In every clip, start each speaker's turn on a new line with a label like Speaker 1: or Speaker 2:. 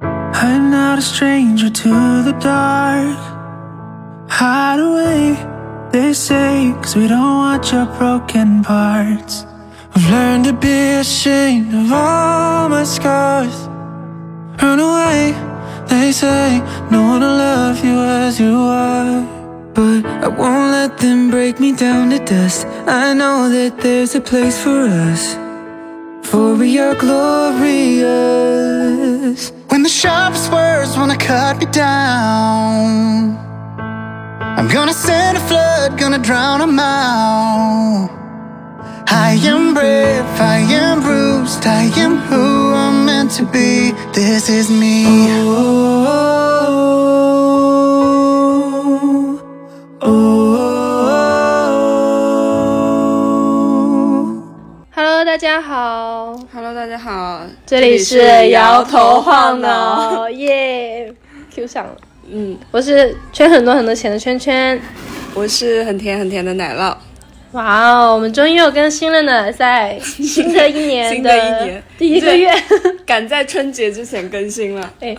Speaker 1: I'm not a stranger to the dark. Hide away, they say, cause we don't want your broken parts. I've learned to be ashamed of all my scars. Run away, they say, no one will love you as you are. But I won't let them break me down to dust. I know that there's a place for us. For we are glorious.
Speaker 2: When the sharpest words wanna cut me down, I'm gonna send a flood, gonna drown 'em out. I am brave, I am bruised, I am who I'm meant to be. This is me.
Speaker 1: Oh, oh, oh.
Speaker 3: Hello，大家好，
Speaker 4: Hello，大家好，
Speaker 3: 这里是摇头晃脑，耶、q 上了。
Speaker 4: 嗯，
Speaker 3: 我是圈很多很多钱的圈圈。
Speaker 4: 我是很甜很甜的奶酪，
Speaker 3: 哇哦，我们终于又更新了呢，在 新的一年
Speaker 4: 新的一年
Speaker 3: 第一个月。
Speaker 4: 赶在春节之前更新了，
Speaker 3: 哎，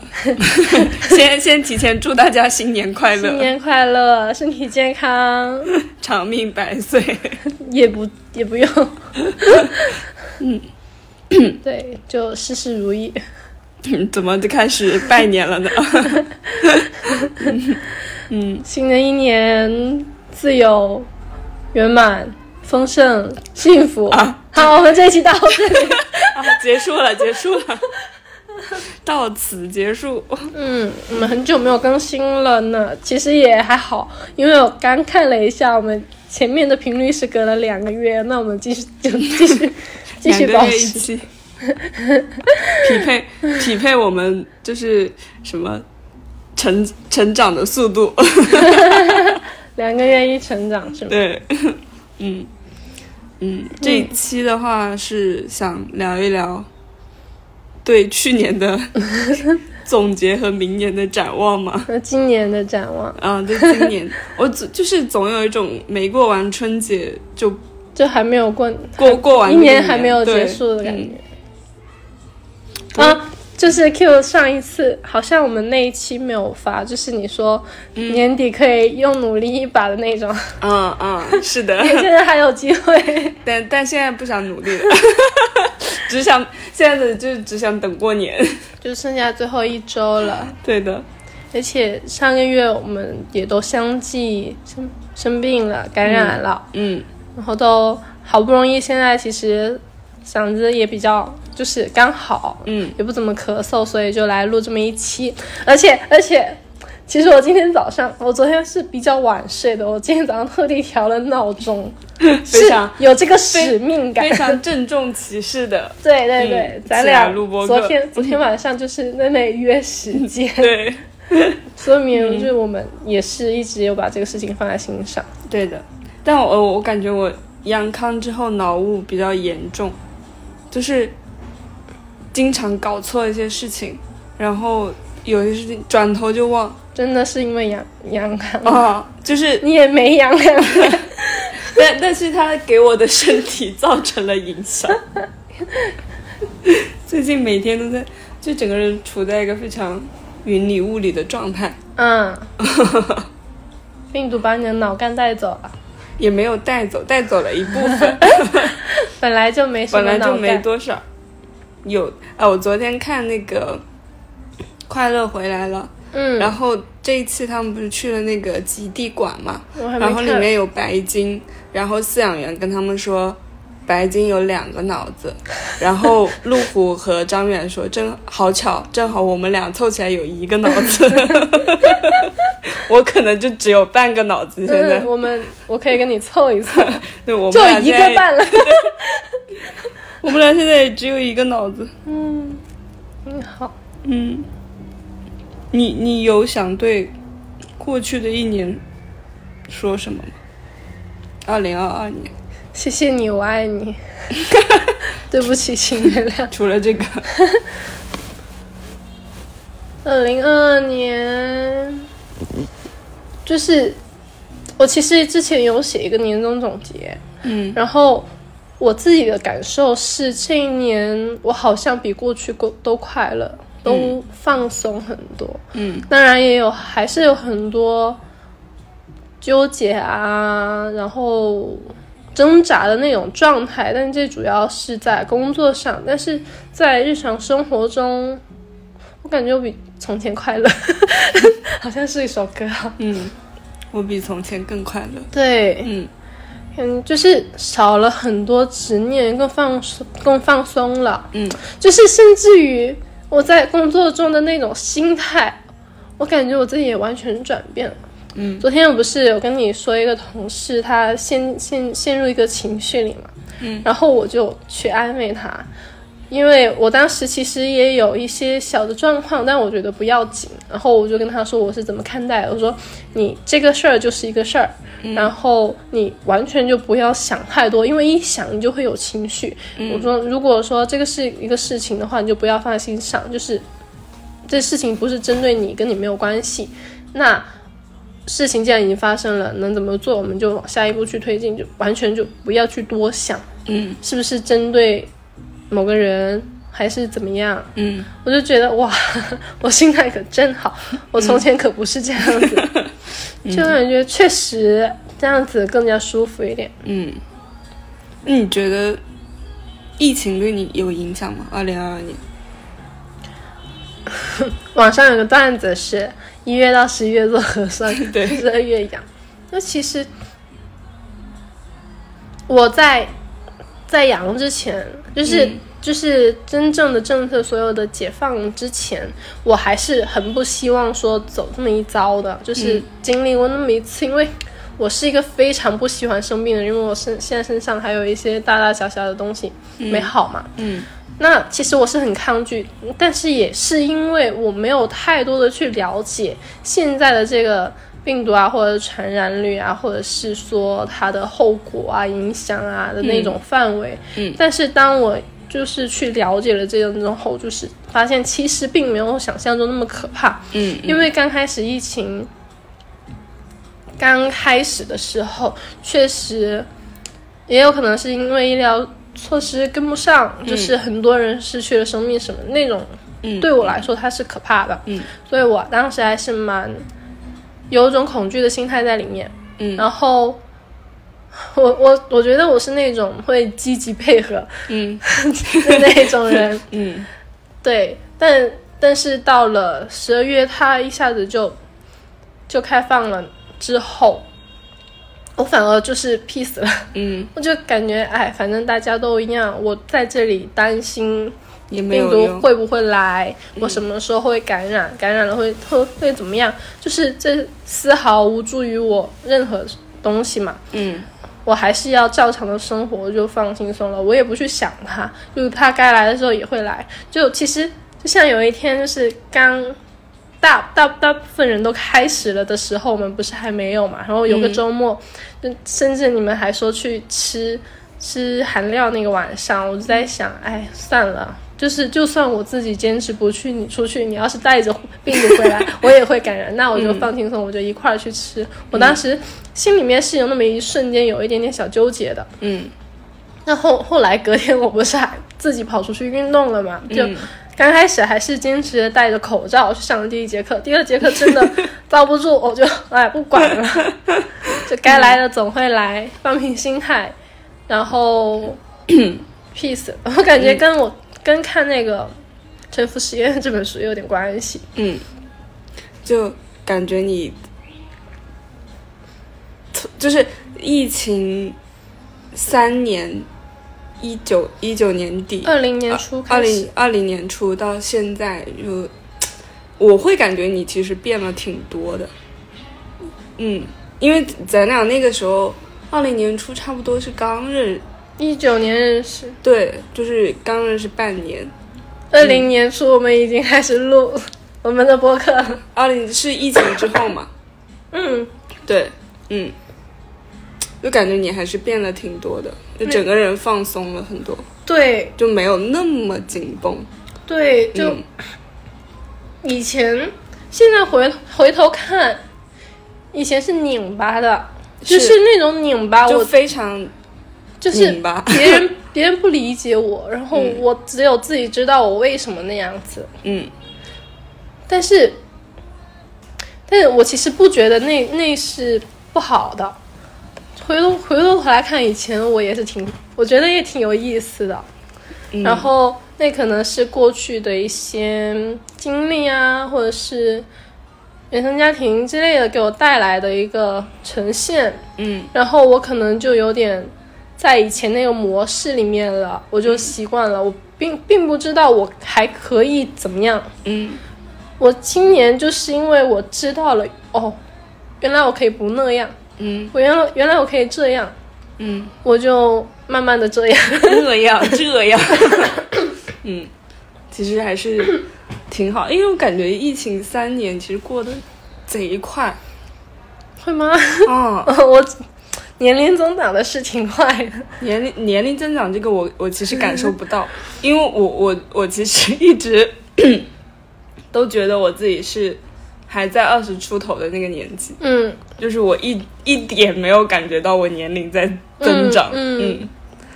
Speaker 4: 先先提前祝大家新年快
Speaker 3: 新
Speaker 4: 乐，
Speaker 3: 年快乐，身体健康，
Speaker 4: 长命百岁。
Speaker 3: 也不也不用。嗯， 对，就事事如意。
Speaker 4: 怎么就开始拜年 了呢？
Speaker 3: 新的一年自由、圆满、丰盛、幸福。
Speaker 4: 啊
Speaker 3: 好，我们这一期到这里。
Speaker 4: 啊，结束了，结束了，到此结束。
Speaker 3: 嗯，我们很久没有更新了呢，其实也还好，因为我刚看了一下，我们前面的频率是隔了两个月，那我们继续就继 续继
Speaker 4: 两
Speaker 3: 续
Speaker 4: 个
Speaker 3: 保
Speaker 4: 月一
Speaker 3: 持。
Speaker 4: 期，匹配匹配我们就是什么成成长的速度，
Speaker 3: 两个月一成长 是吗？
Speaker 4: 对，嗯嗯，这一期的话是想聊一聊对去 年的总结和明年的展望嘛。
Speaker 3: 那今年的展望
Speaker 4: 啊，对，今 年我总就是总有一种没过完春节就
Speaker 3: 就还没有过，
Speaker 4: 过过完
Speaker 3: 一
Speaker 4: 这个
Speaker 3: 年还没有
Speaker 4: 对
Speaker 3: 结束的感觉
Speaker 4: 嗯。
Speaker 3: 啊，就是 Q 上一次好像我们那一期没有发，就是你说年底可以用努力一把的那种，
Speaker 4: 嗯嗯，是的，
Speaker 3: 现在还有机会。
Speaker 4: 但但现在不想努 力了，只想现在的就是只想等过年。
Speaker 3: 就剩下最后一周了，
Speaker 4: 对的，
Speaker 3: 而且上个月我们也都相继生生病了，感染了，
Speaker 4: 嗯，
Speaker 3: 然后都好不容易现在其实嗓子也比较就是刚好，
Speaker 4: 嗯，
Speaker 3: 也不怎么咳嗽，所以就来录这么一期，而且而且。其实我今天早上，我昨天是比较晚睡的，我今天早上特地调了闹钟，
Speaker 4: 非常
Speaker 3: 是有这个使命感
Speaker 4: 非，常郑重其事的，
Speaker 3: 对对对，
Speaker 4: 嗯
Speaker 3: 咱
Speaker 4: 起来
Speaker 3: 俩
Speaker 4: 录播
Speaker 3: 昨
Speaker 4: 客
Speaker 3: 天昨天晚上就是在那里约时间，
Speaker 4: 对
Speaker 3: 说明就是我们也是一直有把这个事情放在心上。
Speaker 4: 对的。但我我感觉我阳康之后脑雾比较严重，就是经常搞错一些事情，然后有些事情转头就忘
Speaker 3: 真的是因为阳阳康，
Speaker 4: 啊，就是
Speaker 3: 你也没阳康，
Speaker 4: 但但是它给我的身体造成了影响。 最近每天都在，就整个人处在一个非常云里雾里的状态，
Speaker 3: 嗯，病毒把你的脑干带走啊了，
Speaker 4: 也没有带走，带走了一部分，
Speaker 3: 本来就没什
Speaker 4: 本
Speaker 3: 么
Speaker 4: 来
Speaker 3: 脑
Speaker 4: 就
Speaker 3: 干，
Speaker 4: 没多少。有啊，我昨天看那个《快乐回来了》，
Speaker 3: 嗯，
Speaker 4: 然后这一期他们不是去了那个极地馆嘛，
Speaker 3: 我还没
Speaker 4: 然后里
Speaker 3: 看
Speaker 4: 面有白鲸，然后饲养员跟他们说，白鲸有两个脑子，然后路虎和张远说，真好巧，正好我们俩凑起来有一个脑 子，我可能就只有半个脑子现在
Speaker 3: 嗯，，我们我可以跟你凑一凑，
Speaker 4: 对 我们
Speaker 3: 就
Speaker 4: 俩
Speaker 3: 一个
Speaker 4: 现在
Speaker 3: 半 了，
Speaker 4: 我们俩现在也只有一个脑子，
Speaker 3: 嗯，好，
Speaker 4: 嗯，你你有想对过去的一年说什么吗？二零二二年，
Speaker 3: 谢谢你，我爱 你，对不起，请原谅。
Speaker 4: 除了这个，
Speaker 3: 二零二二年，就是我其实之前有写一个年终总结，
Speaker 4: 嗯
Speaker 3: 然后我自己的感受是，这一年我好像比过去过都快乐，都放松很多。
Speaker 4: 嗯
Speaker 3: 当然也有，还是有很多纠结啊，然后挣扎的那种状态，但这主要是在工作上，但是在日常生活中，我感觉我比从前快乐， 好像是一首歌啊。
Speaker 4: 嗯，我比从前更快乐。
Speaker 3: 对，
Speaker 4: 嗯
Speaker 3: 嗯，就是少了很多执念，更放松，更放松了。
Speaker 4: 嗯，
Speaker 3: 就是甚至于我在工作中的那种心态，我感觉我自己也完全转变了。
Speaker 4: 嗯
Speaker 3: 昨天我不是有跟你说一个同事，他陷陷陷入一个情绪里嘛，
Speaker 4: 嗯
Speaker 3: 然后我就去安慰他，因为我当时其实也有一些小的状况，但我觉得不要紧，然后我就跟他说我是怎么看待的，我说你这个事儿就是一个事儿，然后你完全就不要想太多，因为一想你就会有情绪。我说如果说这个是一个事情的话，你就不要放在心上，就是这事情不是针对你，跟你没有关系。那事情既然已经发生了，能怎么做我们就往下一步去推进，就完全就不要去多想
Speaker 4: 嗯
Speaker 3: 是不是针对某个人还是怎么样。
Speaker 4: 嗯
Speaker 3: 我就觉得哇， 我心态可真好，我从前可不是这样子，就感觉确实这样子更加舒服一点。
Speaker 4: 嗯，那嗯你觉得疫情对你有影响吗？二零二二年？
Speaker 3: 网上有个段子是一月到十一月做核酸，
Speaker 4: 对
Speaker 3: 十二月阳。那其实我在在阳之前，就是、
Speaker 4: 嗯
Speaker 3: 就是真正的政策所有的解放之前，我还是很不希望说走这么一遭的，就是
Speaker 4: 嗯
Speaker 3: 经历过那么一次，因为。我是一个非常不喜欢生病的人，因为我身现在身上还有一些大大小小的东西、没好嘛，
Speaker 4: 嗯
Speaker 3: 那其实我是很抗拒，但是也是因为我没有太多的去了解现在的这个病毒啊，或者传染率啊，或者是说它的后果啊、影响啊的那种范围。
Speaker 4: 嗯
Speaker 3: 但是当我就是去了解了这种之后，就是发现其实并没有想象中那么可怕，
Speaker 4: 嗯，
Speaker 3: 因为刚开始疫情刚开始的时候，确实也有可能是因为医疗措施跟不上，就是很多人失去了生命什么那种，
Speaker 4: 嗯
Speaker 3: 对我来说它是可怕的，
Speaker 4: 嗯，
Speaker 3: 所以我当时还是蛮有一种恐惧的心态在里面，
Speaker 4: 嗯
Speaker 3: 然后。我我我觉得我是那种会积极配合的
Speaker 4: 嗯
Speaker 3: 那种人，
Speaker 4: 嗯
Speaker 3: 对，但但是到了十二月，它一下子就就开放了之后，我反而就是 peace 了，
Speaker 4: 嗯，
Speaker 3: 我就感觉哎，反正大家都一样，我在这里担心
Speaker 4: 也没
Speaker 3: 病
Speaker 4: 有
Speaker 3: 毒
Speaker 4: 用。嗯
Speaker 3: 会不会来，我什么时候会感染，感染了会会会怎么样，就是这丝毫无助于我任何东西嘛。
Speaker 4: 嗯
Speaker 3: 我还是要照常的生活，就放轻松了。我也不去想它，就是它该来的时候也会来。就其实就像有一天，就是刚大大大部分人都开始了的时候，我们不是还没有嘛？然后有
Speaker 4: 嗯
Speaker 3: 个周末，就甚至你们还说去吃吃韩料那个晚上，我就在想，哎，算了。就是，就算我自己坚持不去，你出去，你要是带着病毒回来，我也会感染。那我就放轻松，我就一块儿去吃。我当时心里面是有那么一瞬间有一点点小纠结的。
Speaker 4: 嗯
Speaker 3: 那后后来隔天我不是还自己跑出去运动了嘛？就
Speaker 4: 嗯
Speaker 3: 刚开始还是坚持戴着口罩去上第一节课，第二节课真 的遭不住，我就哎不管了，就该来的总会来，放平心态，然后 peace。我感觉跟
Speaker 4: 嗯
Speaker 3: 我、跟看那个《沉浮实验》这本书有点关系。
Speaker 4: 嗯，就感觉你从就是疫情三年，一九一九年底，啊
Speaker 3: 二零年初
Speaker 4: 嗯二
Speaker 3: 开始，
Speaker 4: 零二零年初到现在就，我会感觉你其实变了挺多的。嗯，因为咱俩那个时候，二零年初差不多是刚认，
Speaker 3: 一九年认识，
Speaker 4: 对，就是刚认识半年。
Speaker 3: 二零年初我们已经开始录我们的播客了。
Speaker 4: 二零是疫情之后嘛？
Speaker 3: 嗯，
Speaker 4: 对，嗯，就感觉你还是变了挺多的，就整个人放松了很多，
Speaker 3: 对
Speaker 4: 就没有那么紧绷。
Speaker 3: 对，就
Speaker 4: 嗯
Speaker 3: 以前，现在回回头看，以前是拧巴的，就是
Speaker 4: 是
Speaker 3: 那种拧巴，
Speaker 4: 就
Speaker 3: 啊我
Speaker 4: 非常
Speaker 3: 就是
Speaker 4: 拧巴嗯
Speaker 3: 别人 别人不理解我，然后我只有自己知道我为什么那样子。
Speaker 4: 嗯
Speaker 3: 但是，但是我其实不觉得那那是不好的。回头回过头来看，以前我也是挺，我觉得也挺有意思的。
Speaker 4: 嗯
Speaker 3: 然后那可能是过去的一些经历啊，或者是原生家庭之类的给我带来的一个呈现。
Speaker 4: 嗯，
Speaker 3: 然后我可能就有点在以前那个模式里面了，我就习惯了，我并并不知道我还可以怎么样。
Speaker 4: 嗯
Speaker 3: 我今年就是因为我知道了，哦，原来我可以不那样，
Speaker 4: 嗯
Speaker 3: 我原来原来我可以这样，
Speaker 4: 嗯，
Speaker 3: 我就慢慢的这样。
Speaker 4: 这样这样，嗯，其实还是挺好，因为我感觉疫情三年其实过得贼快，
Speaker 3: 会吗？
Speaker 4: 嗯，
Speaker 3: 我年龄增长的是挺快的，
Speaker 4: 年龄年龄增长这个我我其实感受不到，因为我我我其实一直 都觉得我自己是还在二十出头的那个年纪，
Speaker 3: 嗯，
Speaker 4: 就是我一一点没有感觉到我年龄在增长，
Speaker 3: 嗯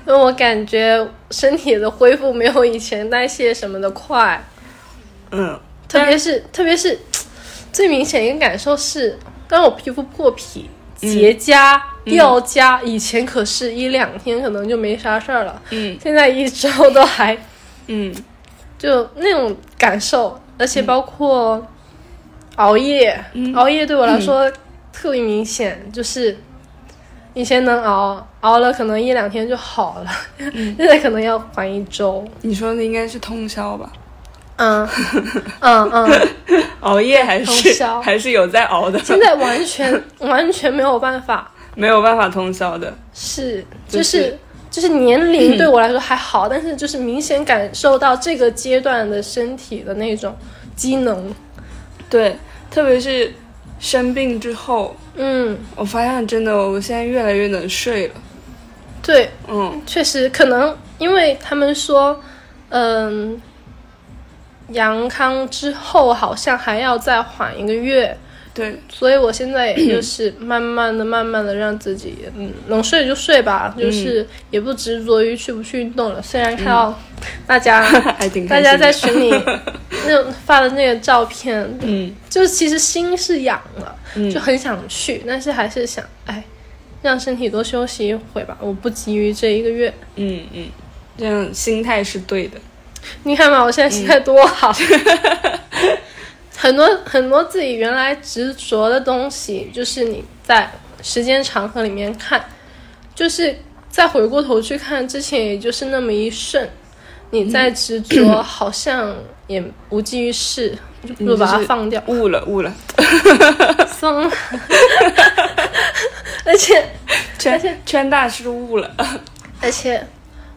Speaker 3: 因为我感觉身体的恢复没有以前代谢什么的快，
Speaker 4: 嗯
Speaker 3: 特别是特别是最明显一个感受是，当我皮肤破皮、结痂、掉痂，以前可是一两天可能就没啥事儿了，
Speaker 4: 嗯
Speaker 3: 现在一周都还
Speaker 4: 嗯
Speaker 3: 就那种感受，而且包括熬夜，
Speaker 4: 嗯
Speaker 3: 熬夜对我来说特别明显，就是以前能熬，熬了可能一两天就好了， 现在可能要还一周。
Speaker 4: 你说的应该是通宵吧？
Speaker 3: 嗯 嗯嗯，
Speaker 4: 熬夜还
Speaker 3: 通
Speaker 4: 是
Speaker 3: 宵
Speaker 4: 还是有在熬的，
Speaker 3: 现在完全完全没有办法，
Speaker 4: 没有办法通宵的，
Speaker 3: 是
Speaker 4: 就
Speaker 3: 就是是。就是年 龄对我来说还好，但是就是明显感受到这个阶段的身体的那种机能，
Speaker 4: 对，特别是生病之后，
Speaker 3: 嗯，
Speaker 4: 我发现真的我现在越来越能睡了，
Speaker 3: 对，
Speaker 4: 嗯。
Speaker 3: 确实，可能因为他们说，嗯，阳康之后好像还要再缓一个月，
Speaker 4: 对，
Speaker 3: 所以我现在也就是慢慢的、慢慢的让自己，嗯，能睡就睡吧，
Speaker 4: 嗯
Speaker 3: 就是也不执着于去不去运动了。虽然看到大 家、
Speaker 4: 还挺
Speaker 3: 大
Speaker 4: 嗯开心的
Speaker 3: 家在群里那种发的那个照片，
Speaker 4: 嗯
Speaker 3: 就其实心是痒了，
Speaker 4: 嗯
Speaker 3: 就很想去，但是还是想，哎，让身体多休息一会吧，我不急于这一个月。
Speaker 4: 嗯嗯， 这样心态是对的。
Speaker 3: 你看嘛，我现在心态多好，很多很多自己原来执着的东西，就是你在时间长河里面看，就是再回过头去看之前，也就是那么一瞬，你再执着好像也无济于事，就不如把它放掉。
Speaker 4: 悟了悟了，
Speaker 3: 松，而且
Speaker 4: 圈圈大师悟了。
Speaker 3: 而且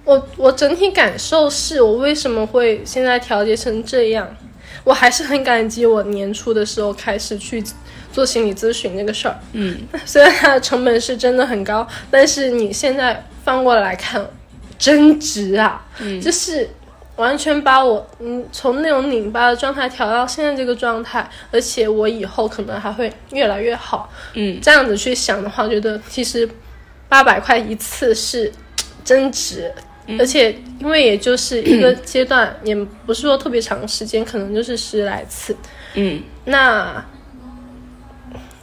Speaker 3: 我我整体感受是我为什么会现在调节成这样，我还是很感激我年初的时候开始去做心理咨询这个事儿。
Speaker 4: 嗯，
Speaker 3: 虽然它的成本是真的很高，但是你现在翻过来看，真值啊！
Speaker 4: 嗯
Speaker 3: 就是完全把我嗯从那种拧巴的状态调到现在这个状态，而且我以后可能还会越来越好。
Speaker 4: 嗯
Speaker 3: 这样子去想的话，觉得其实八百块一次是真值，
Speaker 4: 嗯
Speaker 3: 而且因为也就是一个阶段，也不是说特别长时间，可能就是十来次。
Speaker 4: 嗯
Speaker 3: 那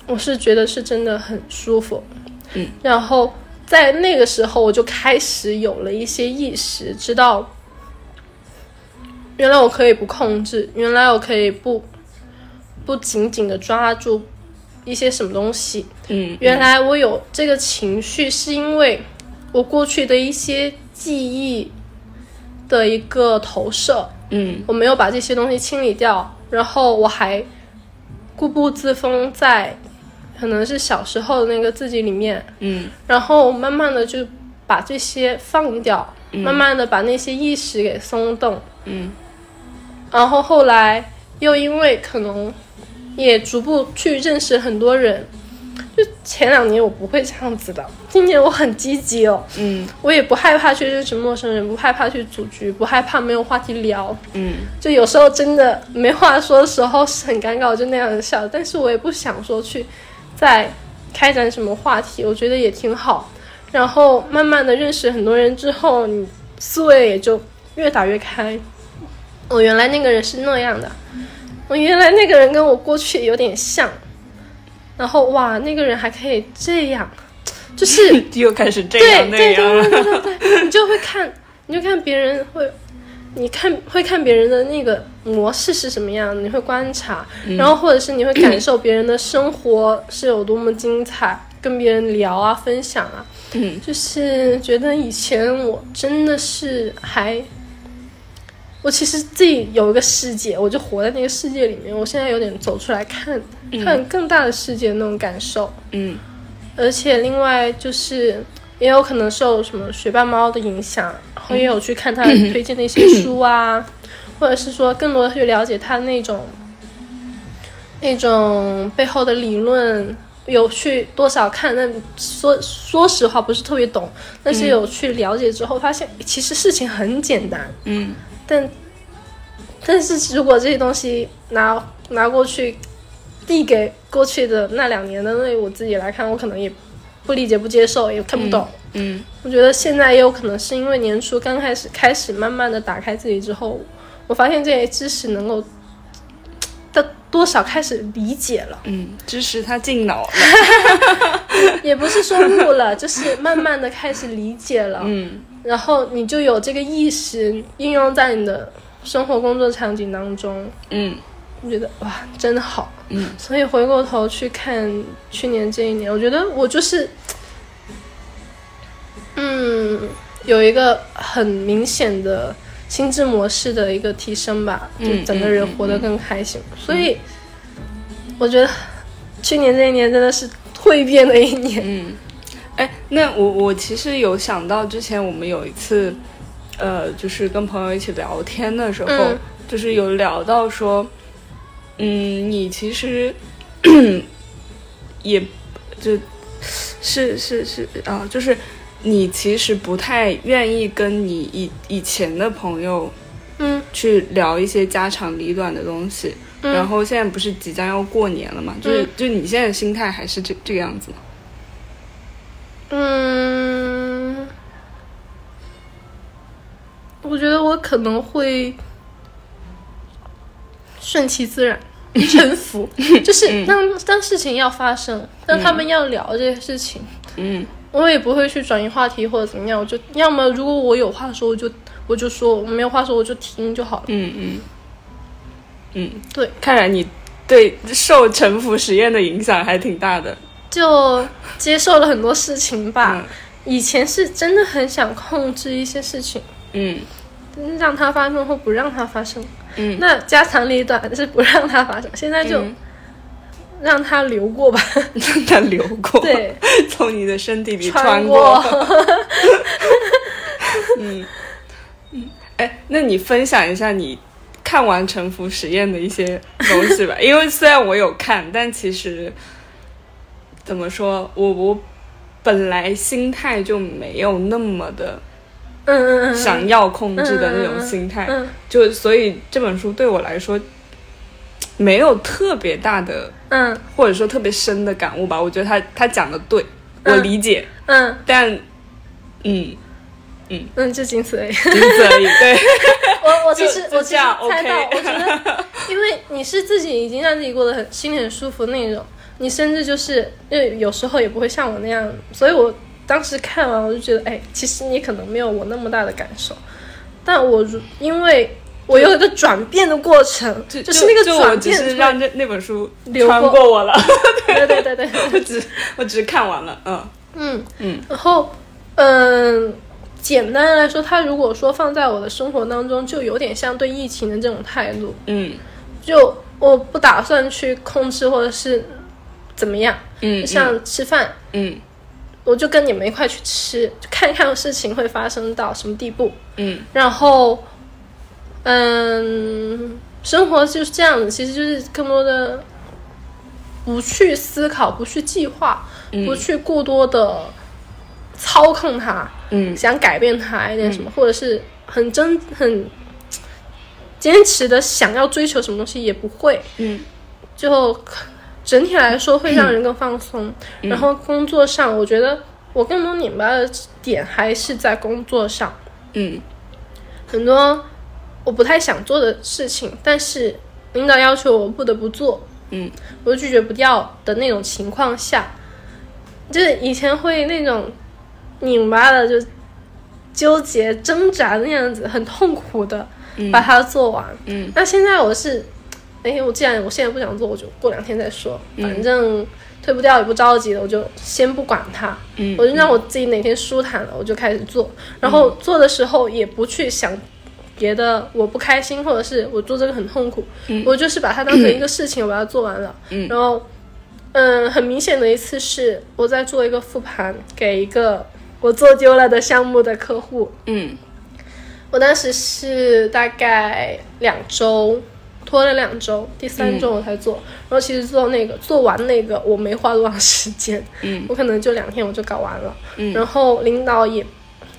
Speaker 3: 我是觉得是真的很舒服，
Speaker 4: 嗯，
Speaker 3: 然后在那个时候我就开始有了一些意识，知道原来我可以不控制，原来我可以不不紧紧的抓住一些什么东西，
Speaker 4: 嗯，
Speaker 3: 原来我有这个情绪，是因为我过去的一些记忆的一个投射，
Speaker 4: 嗯
Speaker 3: 我没有把这些东西清理掉，然后我还固步自封在可能是小时候的那个自己里面，
Speaker 4: 嗯
Speaker 3: 然后慢慢的就把这些放掉，慢慢的把那些意识给松动，
Speaker 4: 嗯
Speaker 3: 然后后来又因为可能也逐步去认识很多人，就前两年我不会这样子的，今年我很积极哦，
Speaker 4: 嗯
Speaker 3: 我也不害怕去认识陌生人，不害怕去组局，不害怕没有话题聊，
Speaker 4: 嗯
Speaker 3: 就有时候真的没话说的时候是很尴尬，我就那样笑，但是我也不想说去再开展什么话题，我觉得也挺好。然后慢慢的认识很多人之后，你哦思维也就越打越开。我原来那个人是那样的，我原来那个人跟我过去有点像，然后哇，那个人还可以这样，就是
Speaker 4: 又开始这
Speaker 3: 对
Speaker 4: 样那
Speaker 3: 对
Speaker 4: 样
Speaker 3: 对对对
Speaker 4: 了。
Speaker 3: 对对，你就会看，你就看别人会，你看会看别人的那个模式是什么样的，你会观察，然后或者是你会感受别人的生活是有多么精彩，跟别人聊啊，分享啊，
Speaker 4: 嗯，
Speaker 3: 就是觉得以前我真的是还。我其实自己有一个世界，我就活在那个世界里面。我现在有点走出来看，看更大的世界的那种感受。
Speaker 4: 嗯
Speaker 3: 而且另外就是也有可能受什么学霸猫的影响，然后也有去看他推荐的一些书啊，或者是说更多的去了解他那种那种背后的理论。有去多少看？那说说实话不是特别懂，但是有去了解之后，发现其实事情很简单，
Speaker 4: 嗯，
Speaker 3: 但但是如果这些东西拿拿过去递给过去的那两年的那我自己来看，我可能也不理解、不接受，也看不懂。
Speaker 4: 嗯
Speaker 3: 我觉得现在也有可能是因为年初刚开始开始慢慢的打开自己之后，我发现这些知识能够的多少开始理解了，
Speaker 4: 嗯，支持他进脑了。
Speaker 3: 也不是说悟了，就是慢慢的开始理解了。
Speaker 4: 嗯
Speaker 3: 然后你就有这个意识应用在你的生活工作场景当中，
Speaker 4: 嗯
Speaker 3: 我觉得哇，真好。
Speaker 4: 嗯，
Speaker 3: 所以回过头去看去年这一年，我觉得我就是，嗯，有一个很明显的心智模式的一个提升吧，
Speaker 4: 嗯
Speaker 3: 就整个人活得更开心。所以我觉得去年这一年真的是蜕变的一年。
Speaker 4: 嗯，哎，那我我其实有想到之前我们有一次，呃，就是跟朋友一起聊天的时候，
Speaker 3: 嗯
Speaker 4: 就是有聊到说，嗯，你其实也就是是是啊，就是你其实不太愿意跟你以以前的朋友
Speaker 3: 嗯
Speaker 4: 去聊一些家长里短的东西。
Speaker 3: 嗯
Speaker 4: 然后现在不是即将要过年了嘛？就是
Speaker 3: 嗯
Speaker 4: 就你现在的心态还是这这个样子吗？
Speaker 3: 嗯，我觉得我可能会顺其自然，臣服，就是当当事情要发生，当他们要聊这些事情，
Speaker 4: 嗯
Speaker 3: 我也不会去转移话题或者怎么样，我就要么如果我有话说，我就我就说；我没有话说，我就听就好了。
Speaker 4: 嗯嗯嗯，
Speaker 3: 对，
Speaker 4: 看来你对受沉浮实验的影响还挺大的。
Speaker 3: 就接受了很多事情吧
Speaker 4: 嗯。
Speaker 3: 以前是真的很想控制一些事情，
Speaker 4: 嗯
Speaker 3: 让它发生或不让它发生。
Speaker 4: 嗯
Speaker 3: 那家长里短是不让它发生，现在就
Speaker 4: 嗯
Speaker 3: 让它流过吧。
Speaker 4: 让它流过，
Speaker 3: 对，
Speaker 4: 从你的身体里
Speaker 3: 穿
Speaker 4: 过。
Speaker 3: 过
Speaker 4: 嗯嗯， 哎，那你分享一下你看完沉浮实验的一些东西 吧，因为虽然我有看，但其实怎么说，我我本来心态就没有那么的
Speaker 3: 嗯嗯嗯，
Speaker 4: 想要控制的那种心态，
Speaker 3: 嗯
Speaker 4: 就所以这本书对我来说没有特别大的
Speaker 3: 嗯
Speaker 4: 或者说特别深的感悟吧。我觉得他他讲的对，我
Speaker 3: 嗯
Speaker 4: 理解，
Speaker 3: 嗯
Speaker 4: 但嗯，
Speaker 3: 嗯，就仅此而已。
Speaker 4: 仅 此而已。对，
Speaker 3: 我我其
Speaker 4: 就
Speaker 3: 实
Speaker 4: 就
Speaker 3: 我其
Speaker 4: 这
Speaker 3: 实
Speaker 4: 样
Speaker 3: 猜到，
Speaker 4: OK
Speaker 3: 我觉 得，因为你是自己已经让自己过得很心里很舒服那种，你甚至就是因为有时候也不会像我那样，所以我当时看完我就觉得，哎，其实你可能没有我那么大的感受，但我如因为我有一个转变的过程，
Speaker 4: 就是
Speaker 3: 那个
Speaker 4: 就我
Speaker 3: 转
Speaker 4: 只
Speaker 3: 变
Speaker 4: 是
Speaker 3: 出来
Speaker 4: 让这那本书
Speaker 3: 流
Speaker 4: 穿
Speaker 3: 过
Speaker 4: 过我了，
Speaker 3: 对对对对，
Speaker 4: 我只我只看完了，嗯
Speaker 3: 嗯
Speaker 4: 嗯，
Speaker 3: 然后嗯、简单来说，它如果说放在我的生活当中，就有点像对疫情的这种态度，
Speaker 4: 嗯
Speaker 3: 就我不打算去控制或者是怎么样，
Speaker 4: 嗯
Speaker 3: 就像吃饭，
Speaker 4: 嗯
Speaker 3: 我就跟你们一块去吃，就看一看事情会发生到什么地步。
Speaker 4: 嗯
Speaker 3: 然后，嗯，生活就是这样子，其实就是更多的不去思考，不去计划，
Speaker 4: 嗯
Speaker 3: 不去过多的操控它，
Speaker 4: 嗯
Speaker 3: 想改变它一点什么，或者是很真很坚持的想要追求什么东西也不会，
Speaker 4: 嗯
Speaker 3: 就整体来说会让人更放
Speaker 4: 嗯
Speaker 3: 松。然后工作上，我觉得我更能明白的点还是在工作上，
Speaker 4: 嗯
Speaker 3: 很多我不太想做的事情，但是领导要求我不得不做，
Speaker 4: 嗯，
Speaker 3: 我就拒绝不掉的那种情况下，就是以前会那种拧巴的就纠结挣扎的样子，很痛苦的把它做完。
Speaker 4: 嗯
Speaker 3: 那现在我是，哎，我既然我现在不想做，我就过两天再说，
Speaker 4: 嗯
Speaker 3: 反正退不掉也不着急的，我就先不管它。
Speaker 4: 嗯
Speaker 3: 我就让我自己哪天舒坦了，我就开始做，然后做的时候也不去想别的，我不开心或者是我做这个很痛苦，我就是把它当成一个事情，我把它做完了。
Speaker 4: 嗯
Speaker 3: 然后，嗯，很明显的一次是我在做一个复盘，给一个我做丢了的项目的客户，
Speaker 4: 嗯
Speaker 3: 我当时是大概两周，拖了两周，第三
Speaker 4: 嗯
Speaker 3: 周我才做。然后其实做那个做完那个，我没花多长时间，
Speaker 4: 嗯
Speaker 3: 我可能就两天我就搞完了。
Speaker 4: 嗯
Speaker 3: 然后领导也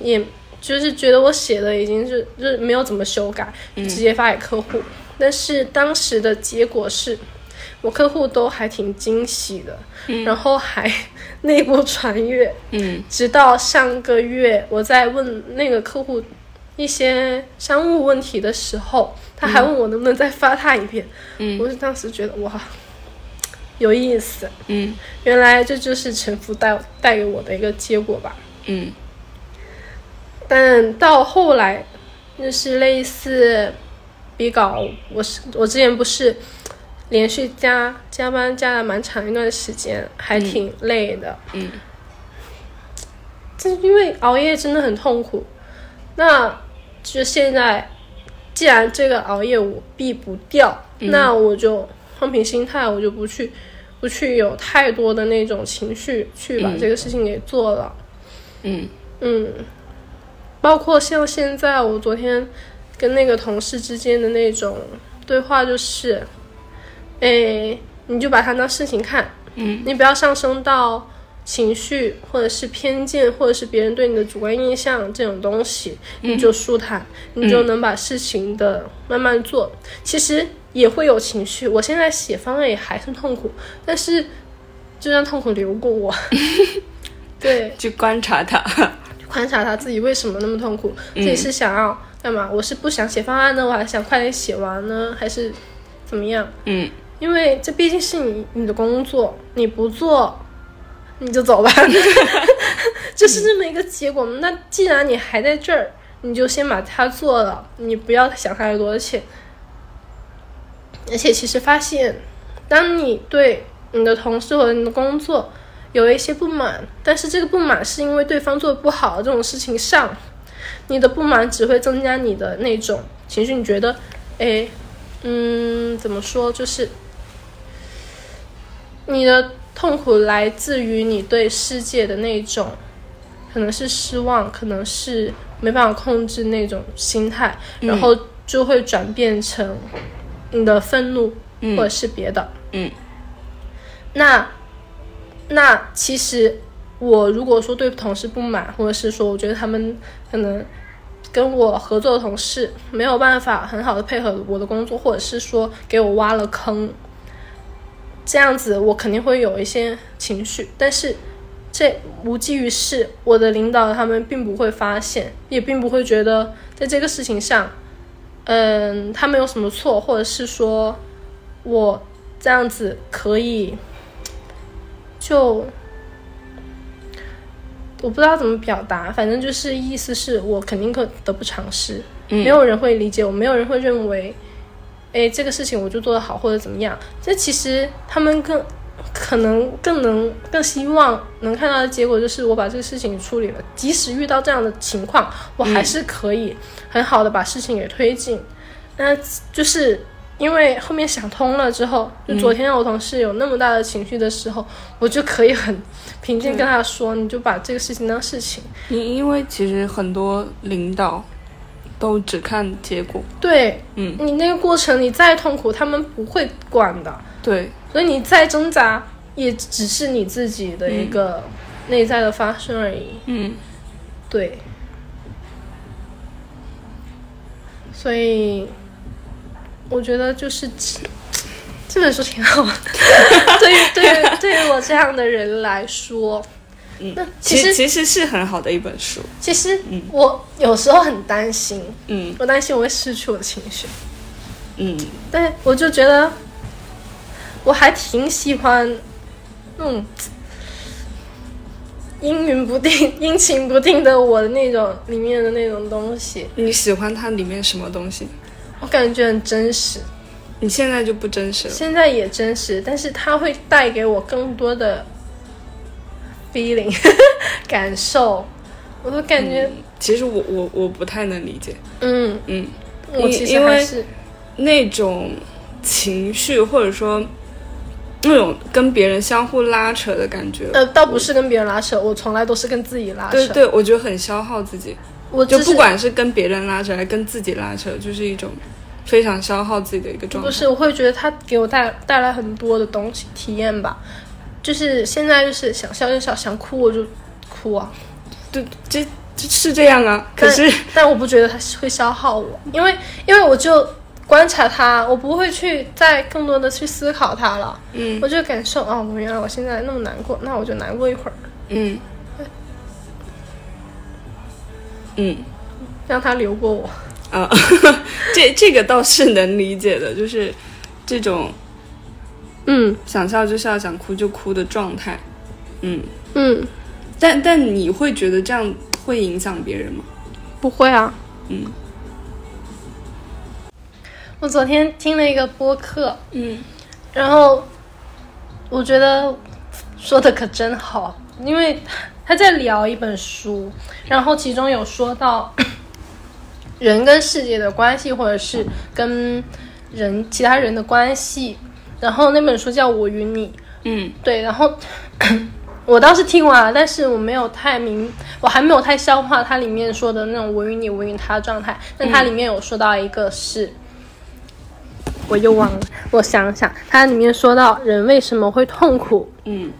Speaker 3: 也就是觉得我写的已经是就是没有怎么修改，
Speaker 4: 嗯
Speaker 3: 就直接发给客户。但是当时的结果是。我客户都还挺惊喜的，然后还 内部传阅，
Speaker 4: 嗯
Speaker 3: 直到上个月我在问那个客户一些商务问题的时候，他还问我能不能再发他一遍。
Speaker 4: 嗯
Speaker 3: 我就当时觉得哇，有意思，
Speaker 4: 嗯
Speaker 3: 原来这就是沉浮带带给我的一个结果吧。
Speaker 4: 嗯
Speaker 3: 但到后来，就是类似比
Speaker 4: 哦
Speaker 3: 稿，我是我之前不是连续加加班加了蛮长一段时间，还挺累的。
Speaker 4: 嗯，
Speaker 3: 就是因为熬夜真的很痛苦。那就现在，既然这个熬夜我避不掉，
Speaker 4: 嗯
Speaker 3: 那我就放平心态，我就不去不去有太多的那种情绪去把
Speaker 4: 嗯
Speaker 3: 这个事情给做了。
Speaker 4: 嗯
Speaker 3: 嗯，包括像现在，我昨天跟那个同事之间的那种对话，就是，哎，你就把它当事情看，
Speaker 4: 嗯，
Speaker 3: 你不要上升到情绪或者是偏见或者是别人对你的主观印象这种东西，你就舒坦，你就能把事情的慢慢做。其实也会有情绪，我现在写方案也还是痛苦，但是就让痛苦流过我。 对，
Speaker 4: 去观察它。
Speaker 3: 观察他自己为什么那么痛苦，自己是想要干嘛？我是不想写方案呢，我还想快点写完呢，还是怎么样？
Speaker 4: 嗯
Speaker 3: 因为这毕竟是你你的工作，你不做你就走吧， 就是这么一个结果。那既然你还在这儿，你就先把它做了，你不要想太多。而且，而且其实发现，当你对你的同事或者你的工作有一些不满，但是这个不满是因为对方做的不好这种事情上，你的不满只会增加你的那种情绪。你觉得，哎，嗯，怎么说？就是你的痛苦来自于你对世界的那种，可能是失望，可能是没办法控制那种心态，然后就会转变成你的愤怒、或者是别的。
Speaker 4: 嗯
Speaker 3: 那那其实我如果说对同事不满，或者是说我觉得他们可能跟我合作的同事没有办法很好的配合我的工作，或者是说给我挖了坑，这样子我肯定会有一些情绪，但是。这无济于事，我的领导他们并不会发现，也并不会觉得在这个事情上，嗯，他们有什么错，或者是说我这样子可以，就我不知道怎么表达，反正就是意思是我肯定可得不偿失，
Speaker 4: 嗯
Speaker 3: 没有人会理解我，没有人会认为，哎，这个事情我就做得好或者怎么样。这其实他们更可能更能更希望能看到的结果就是我把这个事情处理了，即使遇到这样的情况，我还是可以很好的把事情给推进。那就是因为后面想通了之后，就昨天我同事有那么大的情绪的时候，我就可以很 平静跟他说，你就把这个事情当事情。
Speaker 4: 因因为其实很多领导都只看结果。
Speaker 3: 对，
Speaker 4: 嗯
Speaker 3: 你那个过程你再痛苦，他们不会管的，
Speaker 4: 对，
Speaker 3: 所以你再挣扎，也只是你自己的一个内在的发生而已。
Speaker 4: 嗯
Speaker 3: 对，所以我觉得就是这这本书挺好的， 对于对于对于我这样的人来说，
Speaker 4: 嗯
Speaker 3: 那，其
Speaker 4: 其
Speaker 3: 实
Speaker 4: 其嗯实是很好的一本书。
Speaker 3: 其实我有时候很担心，
Speaker 4: 嗯
Speaker 3: 我担心我会失去我的情绪，
Speaker 4: 嗯，
Speaker 3: 但我就觉得我还挺喜欢那种阴云不定、 阴晴不定的我的那种里面的那种东西，
Speaker 4: 你喜欢它里面什么东西？
Speaker 3: 我感觉很真实。
Speaker 4: 你现在就不真实了。
Speaker 3: 现在也真实，但是它会带给我更多的 feeling 感受。我都感觉，
Speaker 4: 其实我我我不太能理解，
Speaker 3: 嗯，
Speaker 4: 嗯，
Speaker 3: 我其实
Speaker 4: 因为
Speaker 3: 还是
Speaker 4: 那种情绪或者说那种跟别人相互拉扯的感觉，
Speaker 3: 呃，倒不是跟别人拉扯，我从来都是跟自己拉扯。
Speaker 4: 对，对，我觉得很消耗自己，
Speaker 3: 我
Speaker 4: 就
Speaker 3: 只
Speaker 4: 不
Speaker 3: 是
Speaker 4: 管是跟别人拉扯还是跟自己拉扯，就是一种非常消耗自己的一个状态。
Speaker 3: 不是，我会觉得它给我带带来很多的东西体验吧。就是现在就是想笑就笑，想哭我就哭啊。
Speaker 4: 对，这这是这样啊，可
Speaker 3: 但
Speaker 4: 是
Speaker 3: 但我不觉得它是会消耗我，因为因为我就观察它，我不会去再更多的去思考它了。
Speaker 4: 嗯
Speaker 3: 我就感受啊、我原来我现在那么难过，那我就难过一会儿，
Speaker 4: 嗯嗯
Speaker 3: 让它流过我。
Speaker 4: 啊， 这这个倒是能理解的，就是这种
Speaker 3: 嗯
Speaker 4: 想笑就笑，想哭就哭的状态。嗯，
Speaker 3: 嗯，
Speaker 4: 但但你会觉得这样会影响别人吗？
Speaker 3: 不会啊。
Speaker 4: 嗯
Speaker 3: 我昨天听了一个播客，
Speaker 4: 嗯
Speaker 3: 然后我觉得说的可真好，因为他在聊一本书，然后其中有说到 人跟世界的关系，或者是跟人其他人的关系。然后那本书叫《我与你》，
Speaker 4: 嗯
Speaker 3: 对，然后 我当时听完了，但是我没有太明，我还没有太消化它里面说的那种“我与你，我与他”的状态。但它里面有说到一个是，我又忘了，我想想，它里面说到人为什么会痛苦，
Speaker 4: 嗯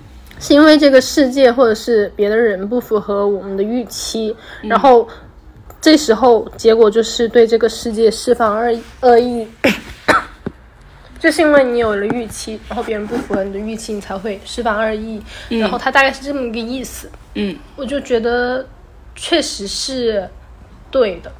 Speaker 3: 是因为这个世界或者是别的人不符合我们的预期，然后这时候结果就是对这个世界释放恶意恶意，就是因为你有了预期，然后别人不符合你的预期，你才会释放恶意。然后它大概是这么一个意思，
Speaker 4: 嗯，
Speaker 3: 我就觉得确实是对的。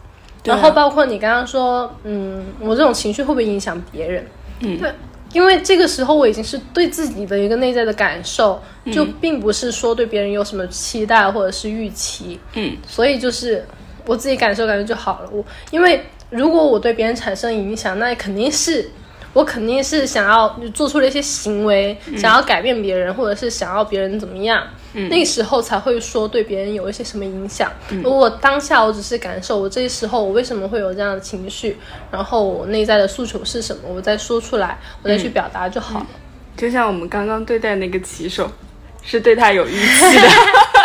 Speaker 4: 对啊
Speaker 3: 然后包括你刚刚说，嗯，我这种情绪会不会影响别人？嗯，对，因为这个时候我已经是对自己的一个内在的感受，就
Speaker 4: 嗯
Speaker 3: 并不是说对别人有什么期待或者是预期。
Speaker 4: 嗯，
Speaker 3: 所以就是我自己感受感受就好了。我因为如果我对别人产生影响，那肯定是。我肯定是想要做出了一些行为，
Speaker 4: 嗯
Speaker 3: 想要改变别人，或者是想要别人怎么样，那时候才会说对别人有一些什么影响。
Speaker 4: 嗯
Speaker 3: 如果当下我只是感受，我这时候我为什么会有这样的情绪，然后我内在的诉求是什么，我再说出来，我再去
Speaker 4: 嗯
Speaker 3: 表达就好了。
Speaker 4: 就像我们刚刚对待那个骑手，是对他有预期的，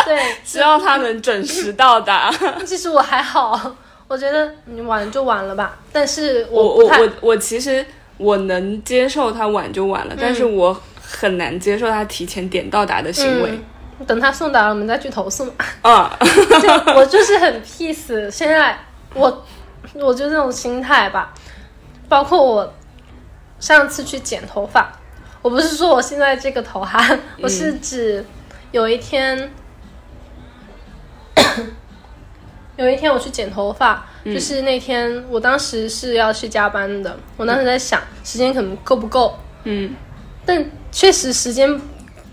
Speaker 3: 对，
Speaker 4: 希望他能准时到达。
Speaker 3: 其实我还好， 我觉得你晚就晚了吧，但是
Speaker 4: 我
Speaker 3: 不
Speaker 4: 我
Speaker 3: 太
Speaker 4: 我我其实我能接受他晚就晚了，但是我很难接受他提前点到达的行为。
Speaker 3: 嗯等他送达了，我们再去投诉嘛。
Speaker 4: 啊，
Speaker 3: 就我就是很 peace，现在我我就这种心态吧。包括我上次去剪头发，我不是说我现在这个头哈，我是指 有一天、有一天我去剪头发，就是那天我当时是要去加班的，我当时在想时间可能够不够，
Speaker 4: 嗯
Speaker 3: 但确实时间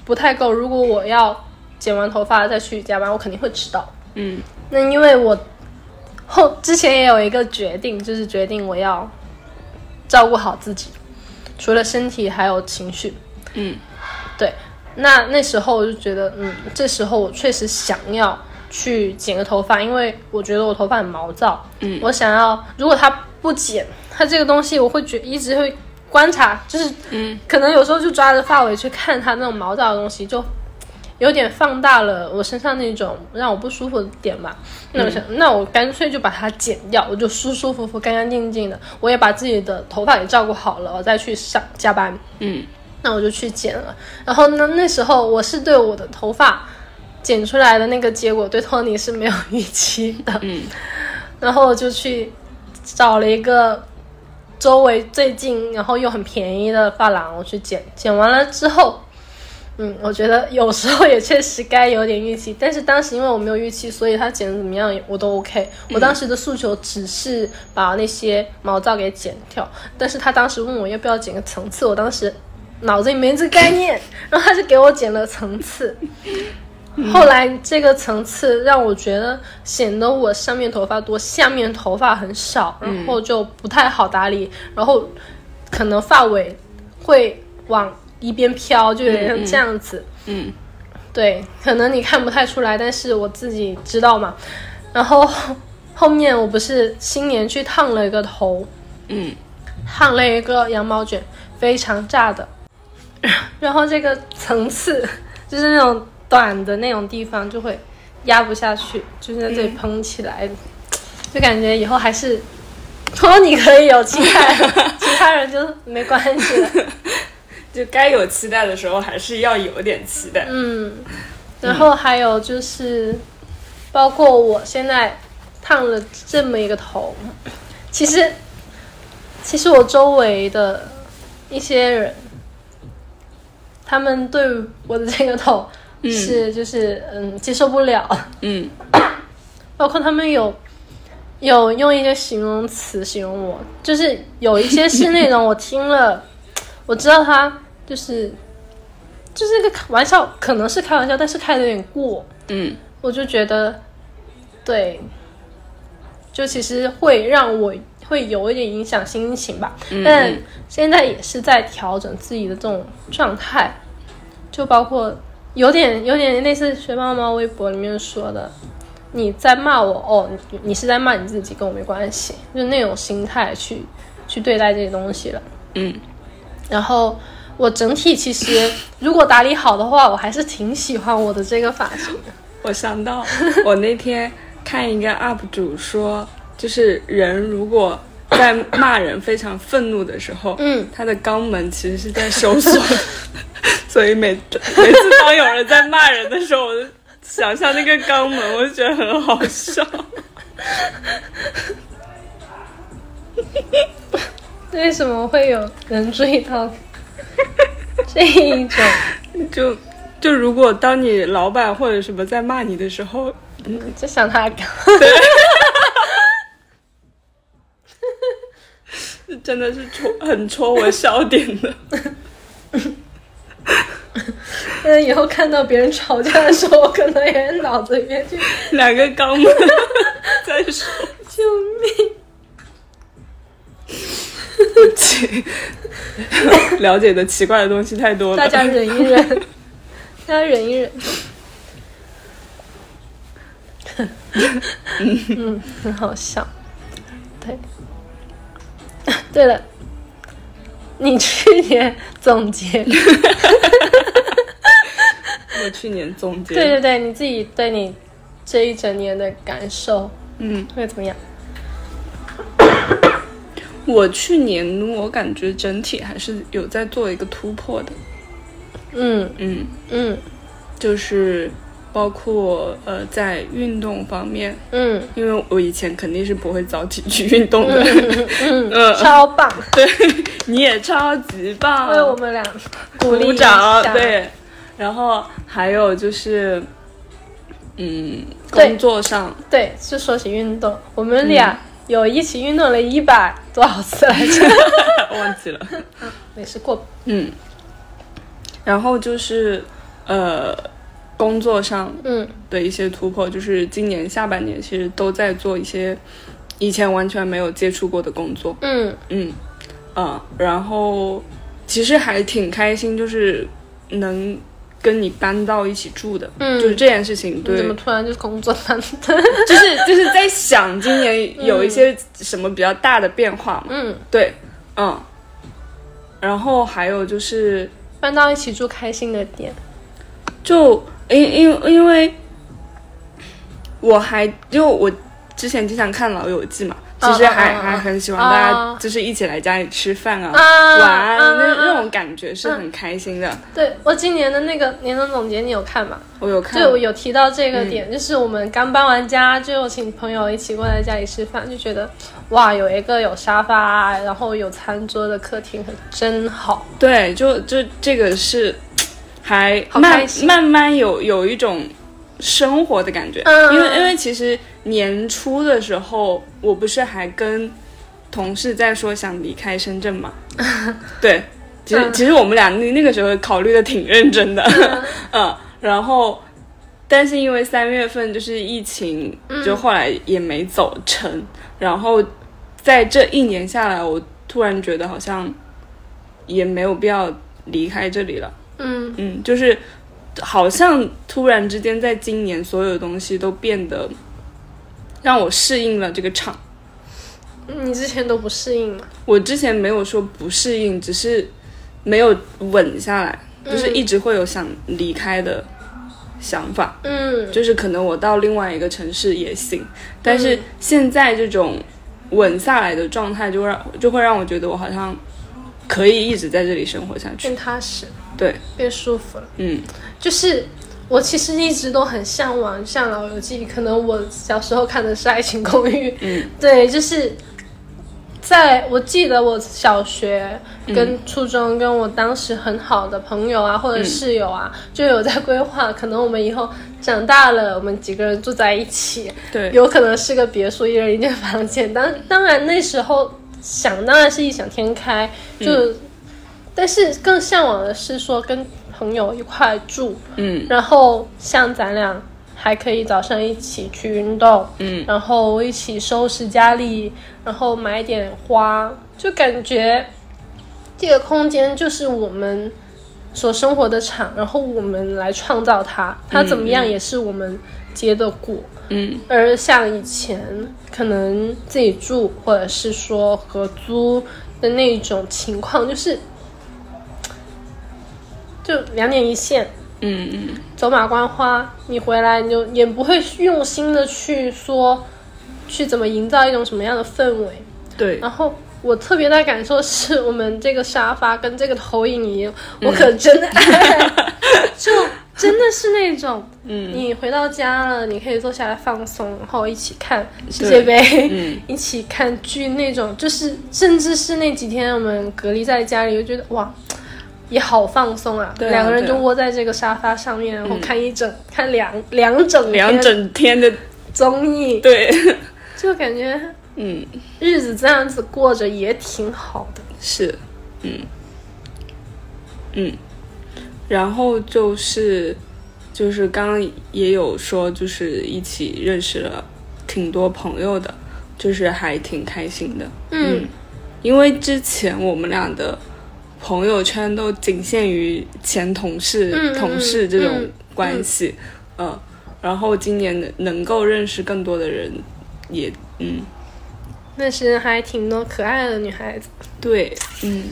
Speaker 3: 不太够。如果我要剪完头发再去加班，我肯定会迟到。
Speaker 4: 嗯
Speaker 3: 那因为我后之前也有一个决定，就是决定我要照顾好自己，除了身体还有情绪。
Speaker 4: 嗯
Speaker 3: 对，那那时候我就觉得，嗯，这时候我确实想要去剪个头发，因为我觉得我头发很毛躁，
Speaker 4: 嗯
Speaker 3: 我想要，如果它不剪，它这个东西我会觉一直会观察，就是
Speaker 4: 嗯
Speaker 3: 可能有时候就抓着发尾去看它那种毛躁的东西，就有点放大了我身上那种让我不舒服的点吧。那我想，
Speaker 4: 嗯
Speaker 3: 那我干脆就把它剪掉，我就舒舒服服、干干净净的，我也把自己的头发也照顾好了，我再去上加班。
Speaker 4: 嗯
Speaker 3: 那我就去剪了。然后呢，那时候我是对我的头发剪出来的那个结果对托尼是没有预期的，
Speaker 4: 嗯
Speaker 3: 然后我就去找了一个周围最近然后又很便宜的发廊，我去剪。剪完了之后，嗯，我觉得有时候也确实该有点预期，但是当时因为我没有预期，所以它剪的怎么样也我都 OK。我当时的诉求只是把那些毛躁给剪掉，但是他当时问我要不要剪个层次，我当时脑子里没这概念，然后他就给我剪了层次。后来这个层次让我觉得显得我上面头发多，下面头发很少，然后就不太好打理，然后可能发尾会往一边飘，就有点像这样子。
Speaker 4: 嗯嗯
Speaker 3: 对，可能你看不太出来，但是我自己知道嘛。然后 后面我不是新年去烫了一个头，
Speaker 4: 嗯，
Speaker 3: 烫了一个羊毛卷，非常炸的。然后这个层次就是那种短的那种地方就会压不下去，就是在这
Speaker 4: 嗯
Speaker 3: 里蓬起来，就感觉以后还是 托你可以有其他 人，其他人就没关系了。
Speaker 4: 就该有期待的时候还是要有点期待。
Speaker 3: 嗯，然后还有就是，包括我现在烫了这么一个头，其实其实我周围的一些人，他们对我的这个头是就是嗯接受不了，
Speaker 4: 嗯
Speaker 3: 包括他们有有用一些形容词形容我，就是有一些是那种我听了， 我知道他就是就是个开玩笑，可能是开玩笑，但是开的有点过，
Speaker 4: 嗯
Speaker 3: 我就觉得对，就其实会让我会有一点影响心情吧，但
Speaker 4: 嗯
Speaker 3: 现在也是在调整自己的这种状态，就包括有点有点类似学猫猫微博里面说的，你在骂我哦，你你是在骂你自己，跟我没关系，就是那种心态去去对待这些东西了。
Speaker 4: 嗯
Speaker 3: 然后我整体其实如果打理好的话，我还是挺喜欢我的这个发型的。
Speaker 4: 我想到我那天看一个 UP 主说，就是人如果在骂人非常愤怒的时候，
Speaker 3: 嗯
Speaker 4: 他的肛门其实是在收缩的，所以每每次当有人在骂人的时候，我就想象那个肛门，我就觉得很好笑。
Speaker 3: 为什么会有人注意到这一种？
Speaker 4: 就就如果当你老板或者什么在骂你的时候，
Speaker 3: 就想他干。
Speaker 4: 真的是戳很戳我笑点的。
Speaker 3: 那以后看到别人吵架的时候，我可能也脑子里面去
Speaker 4: 两个肛门在说
Speaker 3: 救命。
Speaker 4: 起， 了解的奇怪的东西太多了。
Speaker 3: 大家忍一忍， 大家忍一忍。 嗯，很好笑。对， 对了，你去年总结，
Speaker 4: 我去年总结，
Speaker 3: 对对对，你自己对你这一整年的感受
Speaker 4: 嗯，
Speaker 3: 会怎么样？
Speaker 4: 我去年我感觉整体还是有在做一个突破的，
Speaker 3: 嗯
Speaker 4: 嗯，
Speaker 3: 嗯
Speaker 4: 就是包括呃在运动方面，
Speaker 3: 嗯
Speaker 4: 因为我以前肯定是不会早起去运动的，
Speaker 3: 嗯
Speaker 4: 嗯
Speaker 3: 嗯，超棒，
Speaker 4: 对，你也超级棒，
Speaker 3: 为我们俩鼓励
Speaker 4: 鼓
Speaker 3: 一下
Speaker 4: 掌，。对，然后还有就是，嗯，
Speaker 3: 对
Speaker 4: 工作上，
Speaker 3: 对，就说起运动，我们俩有一起运动了一百多少次来 着？
Speaker 4: 忘记了，
Speaker 3: 没事过，
Speaker 4: 嗯，然后就是呃，工作上
Speaker 3: 嗯
Speaker 4: 的一些突破，就是今年下半年其实都在做一些以前完全没有接触过的工作，
Speaker 3: 嗯
Speaker 4: 嗯啊、然后其实还挺开心，就是能跟你搬到一起住的，
Speaker 3: 嗯，
Speaker 4: 就是这件事情
Speaker 3: 你
Speaker 4: 对
Speaker 3: 怎么突然就工作了？
Speaker 4: 就是就是在想今年有一些什么比较大的变化嘛？
Speaker 3: 嗯，
Speaker 4: 对，嗯，然后还有就是，
Speaker 3: 搬到一起住开心的点，
Speaker 4: 就因因因为我还就我之前经常看《老友记》嘛，其实
Speaker 3: 啊
Speaker 4: 还、
Speaker 3: 啊啊
Speaker 4: 还很喜欢大
Speaker 3: 啊
Speaker 4: 家就是一起来家里吃饭啊、
Speaker 3: 啊
Speaker 4: 玩
Speaker 3: 啊
Speaker 4: 那
Speaker 3: 啊
Speaker 4: 那种感觉是很开心的。
Speaker 3: 对我今年的那个年终总结你有看嗯吗？
Speaker 4: 我有看，
Speaker 3: 对，我有提到这个点，就是我们刚搬完家，就请朋友一起过来家里吃饭，就觉得哇，有一个有沙发，啊然后有餐桌的客厅，真好。
Speaker 4: 对，就就这个是还
Speaker 3: 好
Speaker 4: 慢
Speaker 3: 开心
Speaker 4: 慢慢有有一种生活的感觉，
Speaker 3: 嗯
Speaker 4: 因为因为其实年初的时候，我不是还跟同事在说想离开深 圳嘛，对，其实、
Speaker 3: 嗯
Speaker 4: 其实我们俩那那个时候考虑的挺认真的， 嗯然后。但是因为三月份就是疫情，就后来也没走成。然后在这一年下来，我突然觉得好像也没有必要离开这里了。
Speaker 3: 嗯
Speaker 4: 嗯，就是好像突然之间，在今年所有东西都变得让我适应了这个场。
Speaker 3: 你之前都不适应嘛？
Speaker 4: 我之前没有说不适应，只是没有稳下来，就是一直会有想离开的想法，
Speaker 3: 嗯，
Speaker 4: 就是可能我到另外一个城市也行，但是
Speaker 3: 嗯
Speaker 4: 现在这种稳下来的状态，就让就会让我觉得我好像可以一直在这里生活下去
Speaker 3: 变。踏实，
Speaker 4: 对，
Speaker 3: 变舒服了。
Speaker 4: 嗯
Speaker 3: 就是我其实一直都很向往《向老游记》，可能我小时候看的是《爱情公寓》，
Speaker 4: 嗯，
Speaker 3: 对，就是在我记得我小学跟初中跟我当时很好的朋友啊，或者室友啊，
Speaker 4: 嗯
Speaker 3: 就有在规划，可能我们以后长大了，我们几个人住在一起，
Speaker 4: 对，
Speaker 3: 有可能是个别墅，一人一间房间。当当然那时候想当然是异想天开，就、
Speaker 4: 嗯
Speaker 3: 但是更向往的是说跟朋友一块住，
Speaker 4: 嗯
Speaker 3: 然后像咱俩还可以早上一起去运动，
Speaker 4: 嗯
Speaker 3: 然后一起收拾家里，然后买点花，就感觉这个空间就是我们所生活的场，然后我们来创造它，它怎么样也是我们结的果。
Speaker 4: 嗯
Speaker 3: 而像以前可能自己住或者是说合租的那种情况，就是就两点一线，
Speaker 4: 嗯嗯，
Speaker 3: 走马观花，你回来你就也不会用心的去说去怎么营造一种什么样的氛围。
Speaker 4: 对
Speaker 3: 然后我特别大感受是我们这个沙发跟这个投影
Speaker 4: 嗯
Speaker 3: 仪，我可真爱，就真的是那种， 嗯，你回到家了，你可以坐下来放松，然后一起看世界杯，
Speaker 4: 嗯
Speaker 3: 一起看剧那种，就是甚至是那几天我们隔离在家里，就觉得哇。也好放松啊，
Speaker 4: 对啊
Speaker 3: 两个人
Speaker 4: 对啊
Speaker 3: 就窝在这个沙发上面，然后看一整、看两两整
Speaker 4: 两
Speaker 3: 天
Speaker 4: 整天的
Speaker 3: 综艺，
Speaker 4: 对，
Speaker 3: 就感觉
Speaker 4: 嗯，
Speaker 3: 日子这样子过着也挺好的。
Speaker 4: 是，嗯，嗯，然后就是就是刚刚也有说，就是一起认识了挺多朋友的，就是还挺开心的，
Speaker 3: 嗯，
Speaker 4: 因为之前我们俩的朋友圈都仅限于前同事、
Speaker 3: 嗯嗯
Speaker 4: 同事这种
Speaker 3: 嗯
Speaker 4: 关系，嗯然后今年能能够认识更多的人也，嗯。
Speaker 3: 那时还挺多可爱的女孩子，
Speaker 4: 对，嗯，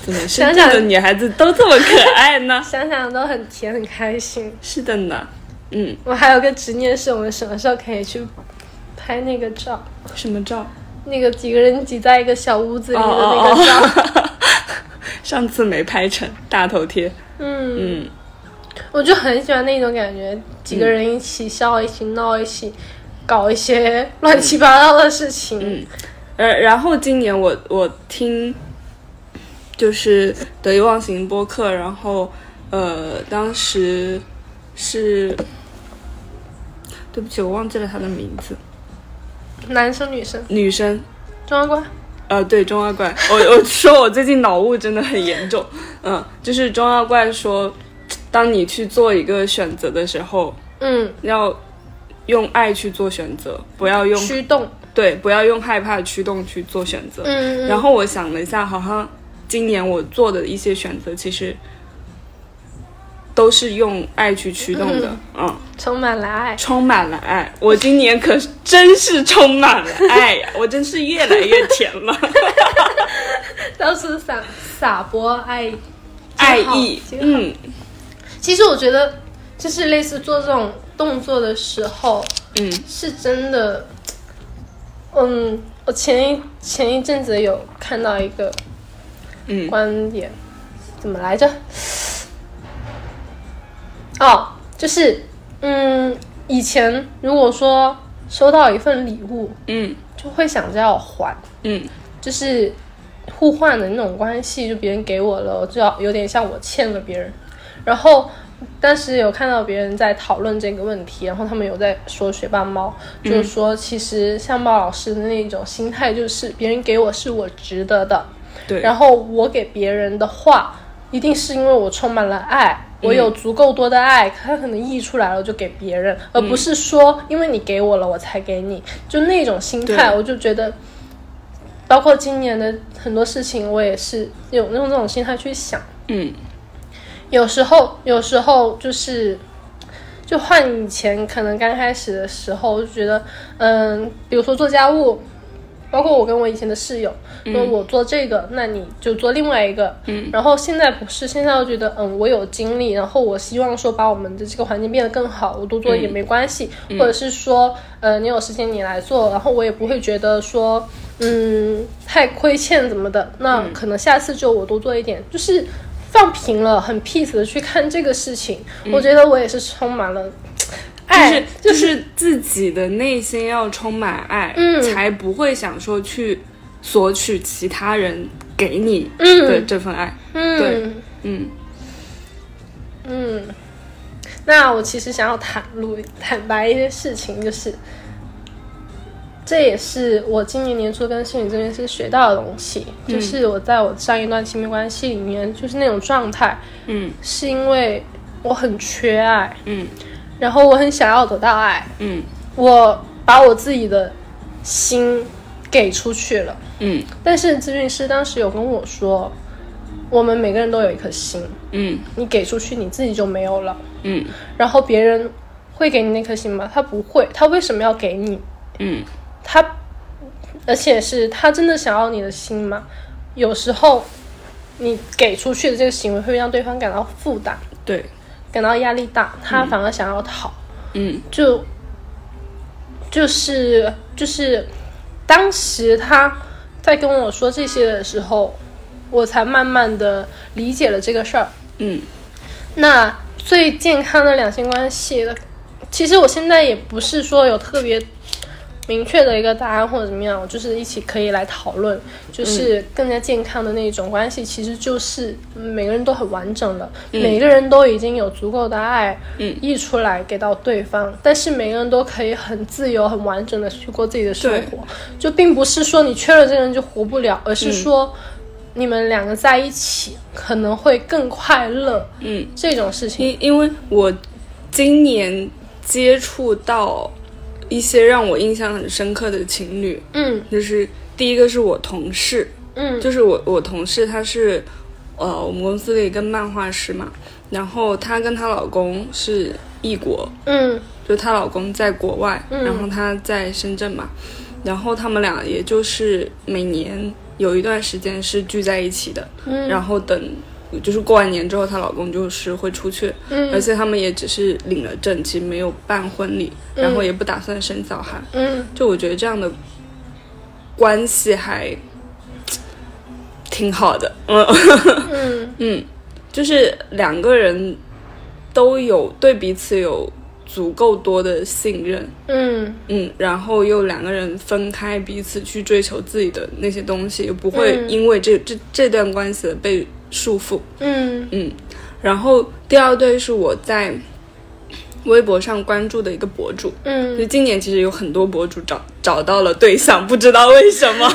Speaker 4: 怎么深
Speaker 3: 想
Speaker 4: 圳
Speaker 3: 想？
Speaker 4: 的女孩子都这么可爱呢
Speaker 3: 想想都很甜，很开心。
Speaker 4: 是的呢，嗯，
Speaker 3: 我还有个执念，是我们什么时候可以去拍那个照，
Speaker 4: 什么照？
Speaker 3: 那个几个人挤在一个小屋子里
Speaker 4: 哦
Speaker 3: 的那
Speaker 4: 哦
Speaker 3: 个照。
Speaker 4: 哦，上次没拍成大头贴，
Speaker 3: 嗯，
Speaker 4: 嗯
Speaker 3: 我就很喜欢那种感觉，几个人一起笑，一起闹，一起搞一些乱七八糟的事情。
Speaker 4: 嗯，呃，然后今年我我听就是得意忘形播客，然后呃，当时是。对不起，我忘记了她的名字。
Speaker 3: 男生女生，
Speaker 4: 女生，
Speaker 3: 中央官，
Speaker 4: 呃，对中二怪，我我说我最近脑雾真的很严重，嗯，就是中二怪说，当你去做一个选择的时候，
Speaker 3: 嗯，
Speaker 4: 要用爱去做选择，不要用
Speaker 3: 驱动，
Speaker 4: 对，不要用害怕驱动去做选择。
Speaker 3: 嗯，嗯
Speaker 4: 然后我想了一下，好像今年我做的一些选择，其实都是用爱去驱动的，嗯
Speaker 3: 充满了爱。
Speaker 4: 充满了爱。我今年可真是充满了爱呀，我真是越来越甜 了。
Speaker 3: 到处撒撒播爱
Speaker 4: 爱意，
Speaker 3: 挺好
Speaker 4: 嗯
Speaker 3: 其实我觉得，就是类似做这种动作的时候，
Speaker 4: 嗯
Speaker 3: 是真的，嗯，我前一前一阵子有看到一个
Speaker 4: 嗯
Speaker 3: 观点，怎么来着？哦，就是，嗯，以前如果说收到一份礼物，
Speaker 4: 嗯
Speaker 3: 就会想着要还，
Speaker 4: 嗯
Speaker 3: 就是互换的那种关系，就别人给我了，就要有点像我欠了别人。然后当时有看到别人在讨论这个问题，然后他们有在说学霸猫，就是说其实像猫老师的那种心态，就是别人给我是我值得的，
Speaker 4: 对，
Speaker 3: 然后我给别人的话，一定是因为我充满了爱，我有足够多的爱，他可能溢出来了就给别人，而不是说因为你给我了我才给你，就那种心态，
Speaker 4: 对
Speaker 3: 我就觉得，包括今年的很多事情，我也是有用这种心态去想。
Speaker 4: 嗯，
Speaker 3: 有时候，有时候就是，就换以前可能刚开始的时候，我就觉得，嗯，比如说做家务，包括我跟我以前的室友，
Speaker 4: 嗯
Speaker 3: 说我做这个，那你就做另外一个，嗯，然后现在不是，现在我觉得，嗯，我有精力，然后我希望说把我们的这个环境变得更好，我多做也没关系，
Speaker 4: 嗯
Speaker 3: 或者是说，呃，你有时间你来做，然后我也不会觉得说，嗯，太亏欠怎么的，那
Speaker 4: 嗯
Speaker 3: 可能下次就我多做一点，就是。放平了，很 peace 的去看这个事情，我觉得我也是充满了爱，
Speaker 4: 嗯就是就是自己的内心要充满爱，
Speaker 3: 嗯
Speaker 4: 才不会想说去索取其他人给你
Speaker 3: 嗯
Speaker 4: 的这份爱。对
Speaker 3: 嗯
Speaker 4: 嗯，
Speaker 3: 嗯，那我其实想要袒露坦白一些事情，就是这也是我今年年初跟心理咨询师学到的东西，就是我在我上一段亲密关系里面，就是那种状态，
Speaker 4: 嗯，
Speaker 3: 是因为我很缺爱，
Speaker 4: 嗯，
Speaker 3: 然后我很想要得到爱，
Speaker 4: 嗯
Speaker 3: 我把我自己的心给出去了，
Speaker 4: 嗯
Speaker 3: 但是咨询师当时有跟我说，我们每个人都有一颗心，
Speaker 4: 嗯
Speaker 3: 你给出去你自己就没有了。
Speaker 4: 嗯
Speaker 3: 然后别人会给你那颗心吗？他不会，他为什么要给你？
Speaker 4: 嗯
Speaker 3: 他，而且是他真的想要你的心吗？有时候你给出去的这个行为会让对方感到负担，
Speaker 4: 对，
Speaker 3: 感到压力大，他反而想要逃，
Speaker 4: 嗯
Speaker 3: 就就是就是当时他在跟我说这些的时候，我才慢慢的理解了这个事儿。
Speaker 4: 嗯
Speaker 3: 那最健康的两性关系的，其实我现在也不是说有特别明确的一个答案或者怎么样，我就是一起可以来讨论，
Speaker 4: 嗯
Speaker 3: 就是更加健康的那种关系，其实就是每个人都很完整了，每个人都已经有足够的爱
Speaker 4: 嗯
Speaker 3: 溢出来给到对方，但是每个人都可以很自由、很完整的去过自己的生
Speaker 4: 对
Speaker 3: 活，就并不是说你缺了这个人就活不了，而
Speaker 4: 嗯
Speaker 3: 是说。你们两个在一起可能会更快乐，
Speaker 4: 嗯，
Speaker 3: 这种事情，
Speaker 4: 因因为我今年接触到一些让我印象很深刻的情侣，
Speaker 3: 嗯
Speaker 4: 就是第一个是我同事，
Speaker 3: 嗯
Speaker 4: 就是我我同事她是，呃，我们公司的一个漫画师嘛，然后她跟她老公是异国，
Speaker 3: 嗯
Speaker 4: 就她老公在国外，
Speaker 3: 嗯
Speaker 4: 然后她在深圳嘛，然后他们俩也就是每年有一段时间是聚在一起的，
Speaker 3: 嗯，
Speaker 4: 然后等就是过完年之后，她老公就是会出去，
Speaker 3: 嗯
Speaker 4: 而且他们也只是领了证，其实没有办婚礼，然后也不打算生小孩，
Speaker 3: 嗯
Speaker 4: 就我觉得这样的关系还挺好的，嗯
Speaker 3: 嗯
Speaker 4: 嗯，就是两个人都有对彼此有足够多的信任，
Speaker 3: 嗯
Speaker 4: 嗯，然后又两个人分开彼此去追求自己的那些东西，也不会
Speaker 3: 嗯
Speaker 4: 因为这、这这段关系的被束缚，
Speaker 3: 嗯
Speaker 4: 嗯，然后第二对是我在微博上关注的一个博主，就
Speaker 3: 嗯
Speaker 4: 今年其实有很多博主找找到了对象，不知道为什 么，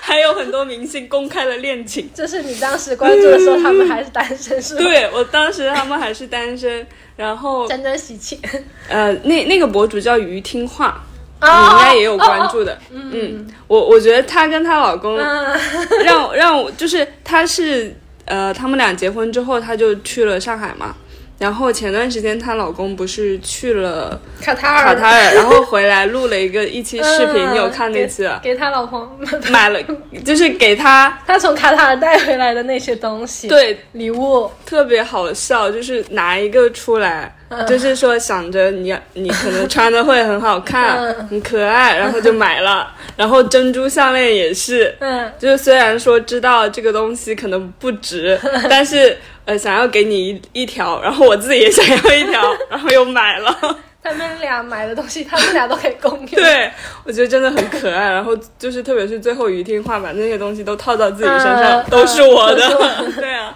Speaker 4: 还有很多明星公开了恋情。
Speaker 3: 这是你当时关注的时候，他们还是单身是吧？，
Speaker 4: 对我当时他们还是单身，然后
Speaker 3: 沾沾喜气。
Speaker 4: 呃，那那个博主叫于听话，你
Speaker 3: 哦
Speaker 4: 应该也有关注的。嗯，我我觉得她跟她老公
Speaker 3: 嗯
Speaker 4: 让让我就是她是呃，他们俩结婚之后，她就去了上海嘛。然后前段时间她老公不是去了
Speaker 3: 卡塔尔，
Speaker 4: 卡塔尔，然后回来录了一个一期视频，
Speaker 3: 嗯
Speaker 4: 你有看那啊期了？
Speaker 3: 给给他老婆，
Speaker 4: 买了，就是给他
Speaker 3: 他从卡塔尔带回来的那些东西，，
Speaker 4: 对
Speaker 3: 礼物，
Speaker 4: 特别好笑，就是拿一个出来，
Speaker 3: 嗯
Speaker 4: 就是说想着你要你可能穿的会很好看，
Speaker 3: 嗯
Speaker 4: 很可爱，然后就买了，然后珍珠项链也是。
Speaker 3: 嗯
Speaker 4: 就是虽然说知道这个东西可能不 值，但是呃想要给你一一条，然后我自己也想要一条，然后又买了，
Speaker 3: 他们俩买的东西，他们俩都可以共用。
Speaker 4: 对，我觉得真的很可爱。然后就是特别是最后于听话把那些东西都套到自己身上，
Speaker 3: 嗯
Speaker 4: 都是我的。
Speaker 3: 嗯都
Speaker 4: 对啊，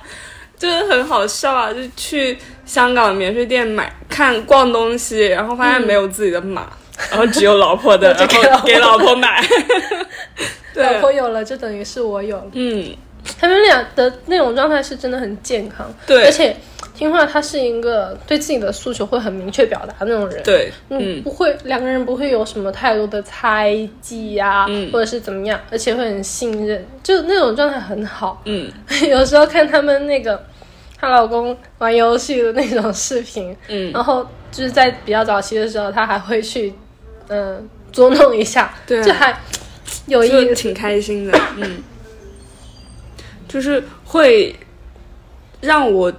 Speaker 4: 就是很好笑啊！就去香港免税店买看逛东西，然后发现没有自己的码，然后只有老婆的，
Speaker 3: 嗯 就
Speaker 4: 然
Speaker 3: 给老
Speaker 4: 后
Speaker 3: 婆
Speaker 4: 给老 婆买。
Speaker 3: 老
Speaker 4: 对，
Speaker 3: 婆有了，就等于是我有了。
Speaker 4: 嗯，
Speaker 3: 他们俩的那种状态是真的很健康，
Speaker 4: 对
Speaker 3: 而且听话他是一个对自己的诉求会很明确表达的那种人，，
Speaker 4: 对，
Speaker 3: 嗯，
Speaker 4: 嗯
Speaker 3: 不会两个人不会有什么太多的猜忌呀、
Speaker 4: 嗯
Speaker 3: 或者是怎么样，而且会很信任，就那种状态很好。
Speaker 4: 嗯，
Speaker 3: 有时候看他们那个她老公玩游戏的那种视频，
Speaker 4: 嗯
Speaker 3: 然后就是在比较早期的时候，她还会去嗯、呃捉弄一下，
Speaker 4: 对啊
Speaker 3: 就还有
Speaker 4: 就
Speaker 3: 意思，
Speaker 4: 挺开心的，嗯，就是会让我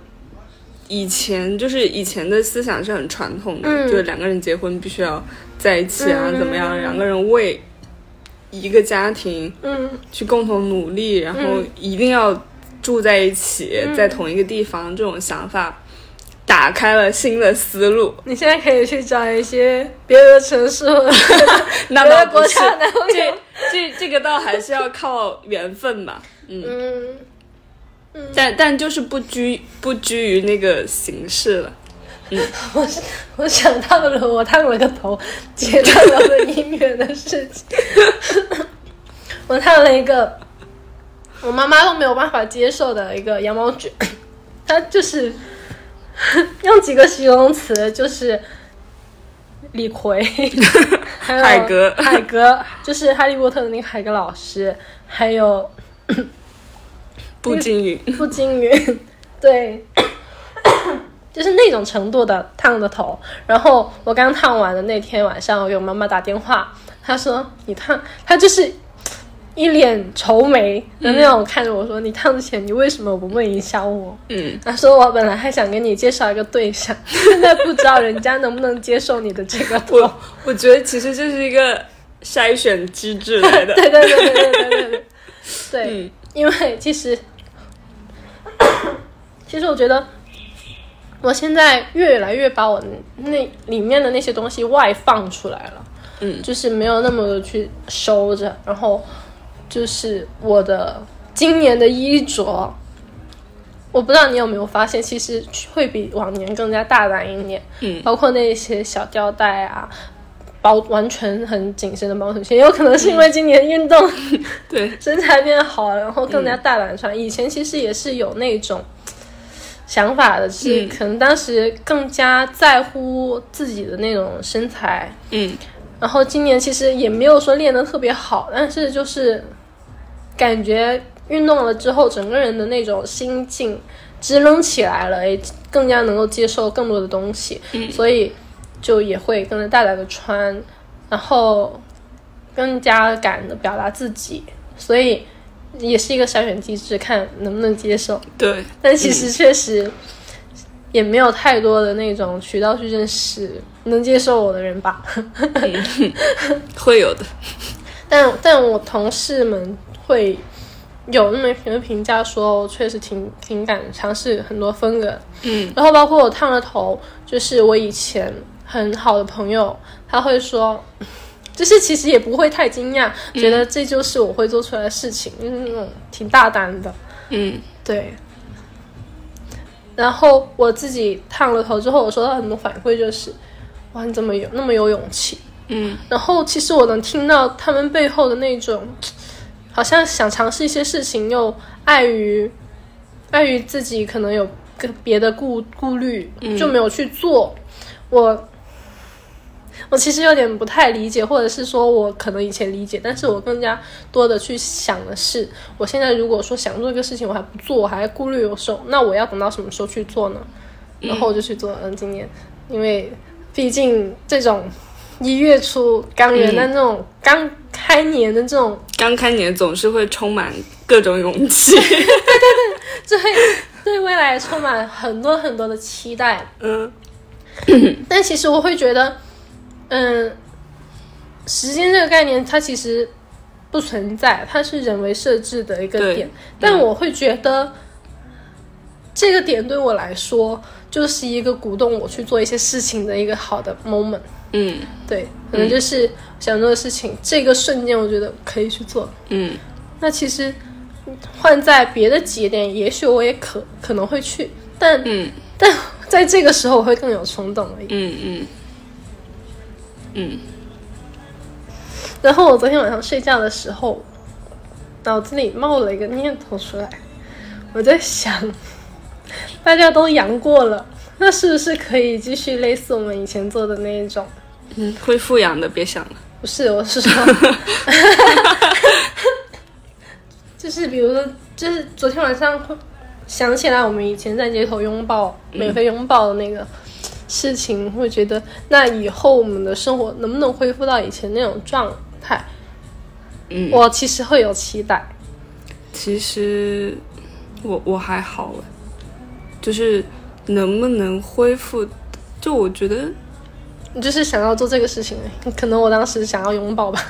Speaker 4: 以前就是以前的思想是很传统的，
Speaker 3: 嗯
Speaker 4: 就是两个人结婚必须要在一起啊，
Speaker 3: 嗯
Speaker 4: 怎么样，两个人为一个家庭
Speaker 3: 嗯
Speaker 4: 去共同努力，然后一定要住在一起，在
Speaker 3: 嗯
Speaker 4: 同一个地方，这种想法打开了新的思路。
Speaker 3: 你现在可以去找一些别的城市或者
Speaker 4: 那
Speaker 3: 别
Speaker 4: 倒
Speaker 3: 的
Speaker 4: 不
Speaker 3: 国
Speaker 4: 是
Speaker 3: 家的男朋
Speaker 4: 这
Speaker 3: 友。
Speaker 4: 这这个倒还是要靠缘分吧，嗯。
Speaker 3: 嗯，
Speaker 4: 但但就是不拘不拘于那个形式了。
Speaker 3: 我我想到了我烫了个头，接到了我的姻缘的事 情。我烫了一个我妈妈都没有办法接受的一个羊毛卷，它就是 用几个形容词就是。李 逵，还有
Speaker 4: 海格
Speaker 3: 海格就是《哈利波特》的那个海格老师，还有
Speaker 4: 步惊云，
Speaker 3: 不均匀，对，就是那种程度的烫的头。然后我刚烫完的那天晚上，我给我妈妈打电话，她说你烫，她就是一脸愁眉的那种看着我说、你烫之前你为什么不问一下我？
Speaker 4: 嗯，
Speaker 3: 她说我本来还想给你介绍一个对象，现在不知道人家能不能接受你的这个头。
Speaker 4: 我 我觉得其实这是一个筛选机制来 的。
Speaker 3: 对对对对对对对对，对，
Speaker 4: 嗯
Speaker 3: 因为其实，其实我觉得，我现在越来越把我那里面的那些东西外放出来了，
Speaker 4: 嗯
Speaker 3: 就是没有那么的去收着，然后就是我的今年的衣着。我不知道你有没有发现，其实会比往年更加大胆一点，
Speaker 4: 嗯
Speaker 3: 包括那些小吊带啊，保完全很紧身的保险鞋，也有可能是因为今年运动
Speaker 4: 对，
Speaker 3: 身材变好了，然后更加大胆穿。以前其实也是有那种想法的，就是
Speaker 4: 嗯
Speaker 3: 可能当时更加在乎自己的那种身材，
Speaker 4: 嗯
Speaker 3: 然后今年其实也没有说练得特别好，但是就是感觉运动了之后，整个人的那种心境支棱起来了，也更加能够接受更多的东西，所以就也会更加大胆的穿，然后更加敢的表达自己，所以也是一个筛选机制，看能不能接受。
Speaker 4: 对，
Speaker 3: 但其实确实也没有太多的那种渠道去认识能接受我的人吧。
Speaker 4: 会有的。
Speaker 3: 但但我同事们会有那么评论评价说，哦确实挺挺敢尝试很多风格。
Speaker 4: 嗯
Speaker 3: 然后包括我烫了头，就是我以前很好的朋友，他会说， 就是其实也不会太惊讶，觉得这就是我会做出来的事情，就是那种挺大胆的。
Speaker 4: 嗯
Speaker 3: 对。然后我自己烫了头之后，我收到很多反馈，就是哇，你怎么有那么有勇气？
Speaker 4: 嗯
Speaker 3: 然后其实我能听到他们背后的那种，好像想尝试一些事情，又碍于碍于自己可能有个别的顾顾虑，就没有去做。我我其实有点不太理解，或者是说我可能以前理解，但是我更加多的去想的是，我现在如果说想做一个事情，我还不做，我还顾虑有时候，那我要等到什么时候去做呢？然后我就去做，嗯，今年，因为毕竟这种一月初刚元旦这种刚开年的这种，
Speaker 4: 刚开年总是会充满各种勇气。
Speaker 3: 就会对未来充满很多很多的期待。
Speaker 4: 嗯
Speaker 3: 但其实我会觉得，嗯，时间这个概念它其实不存在，它是人为设置的一个
Speaker 4: 对
Speaker 3: 点。但我会觉得，这个点对我来说就是一个鼓动我去做一些事情的一个好的 moment。
Speaker 4: 嗯
Speaker 3: 对，可能就是想做的事情，这个瞬间我觉得可以去做。
Speaker 4: 嗯
Speaker 3: 那其实换在别的节点，也许我也可可能会去，但、
Speaker 4: 嗯
Speaker 3: 但在这个时候我会更有冲动而已。
Speaker 4: 嗯嗯嗯
Speaker 3: 然后我昨天晚上睡觉的时候，脑子里冒了一个念头出来，我在想，大家都阳过了，那是不是可以继续类似我们以前做的那一种？
Speaker 4: 嗯，会富养的，别想了。
Speaker 3: 不是，我是说，就是比如说，就是昨天晚上会想起来我们以前在街头拥抱、免费拥抱的那个事情，会觉得那以后我们的生活能不能恢复到以前那种状态？
Speaker 4: 嗯，
Speaker 3: 我其实会有期待。
Speaker 4: 其实我我还好哎，就是能不能恢复，就我觉得，
Speaker 3: 你就是想要做这个事情，可能我当时想要拥抱吧。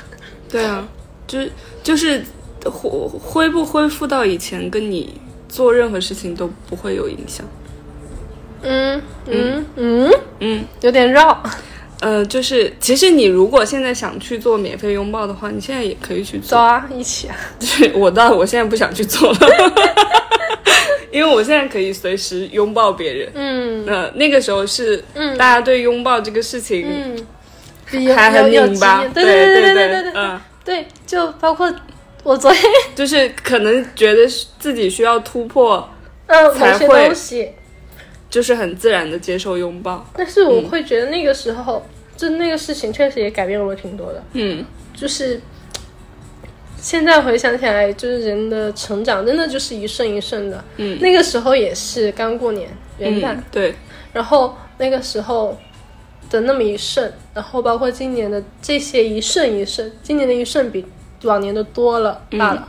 Speaker 4: 对啊，就是就是恢恢不恢复到以前，跟你做任何事情都不会有影响。
Speaker 3: 嗯嗯嗯，
Speaker 4: 嗯，
Speaker 3: 有点绕。
Speaker 4: 呃，就是其实你如果现在想去做免费拥抱的话，你现在也可以去
Speaker 3: 走
Speaker 4: 做。
Speaker 3: 啊，一起啊。
Speaker 4: 就是 我到我现在不想去做了， 因为我现在可以随时拥抱别人。
Speaker 3: 嗯
Speaker 4: 那、那个时候是
Speaker 3: 嗯
Speaker 4: 大家对拥抱这个事情。
Speaker 3: 嗯，有
Speaker 4: 还很
Speaker 3: 有有
Speaker 4: 拧
Speaker 3: 经
Speaker 4: 巴，
Speaker 3: 验。对
Speaker 4: 对
Speaker 3: 对
Speaker 4: 对
Speaker 3: 对对对
Speaker 4: 嗯，
Speaker 3: 对，就包括我昨天
Speaker 4: 就是可能觉得是自己需要突破，
Speaker 3: 嗯
Speaker 4: 才
Speaker 3: 某些
Speaker 4: 会
Speaker 3: 东西，
Speaker 4: 就是很自然的接受拥抱。
Speaker 3: 但是我会觉得那个时候，就那个事情确实也改变我挺多的。
Speaker 4: 嗯
Speaker 3: 就是现在回想起来，就是人的成长真的就是一瞬一瞬的。
Speaker 4: 嗯
Speaker 3: 那个时候也是刚过年元旦，
Speaker 4: 嗯，对，
Speaker 3: 然后那个时候的那么一瞬，然后包括今年的这些一瞬一瞬，今年的一瞬比往年的多了大了，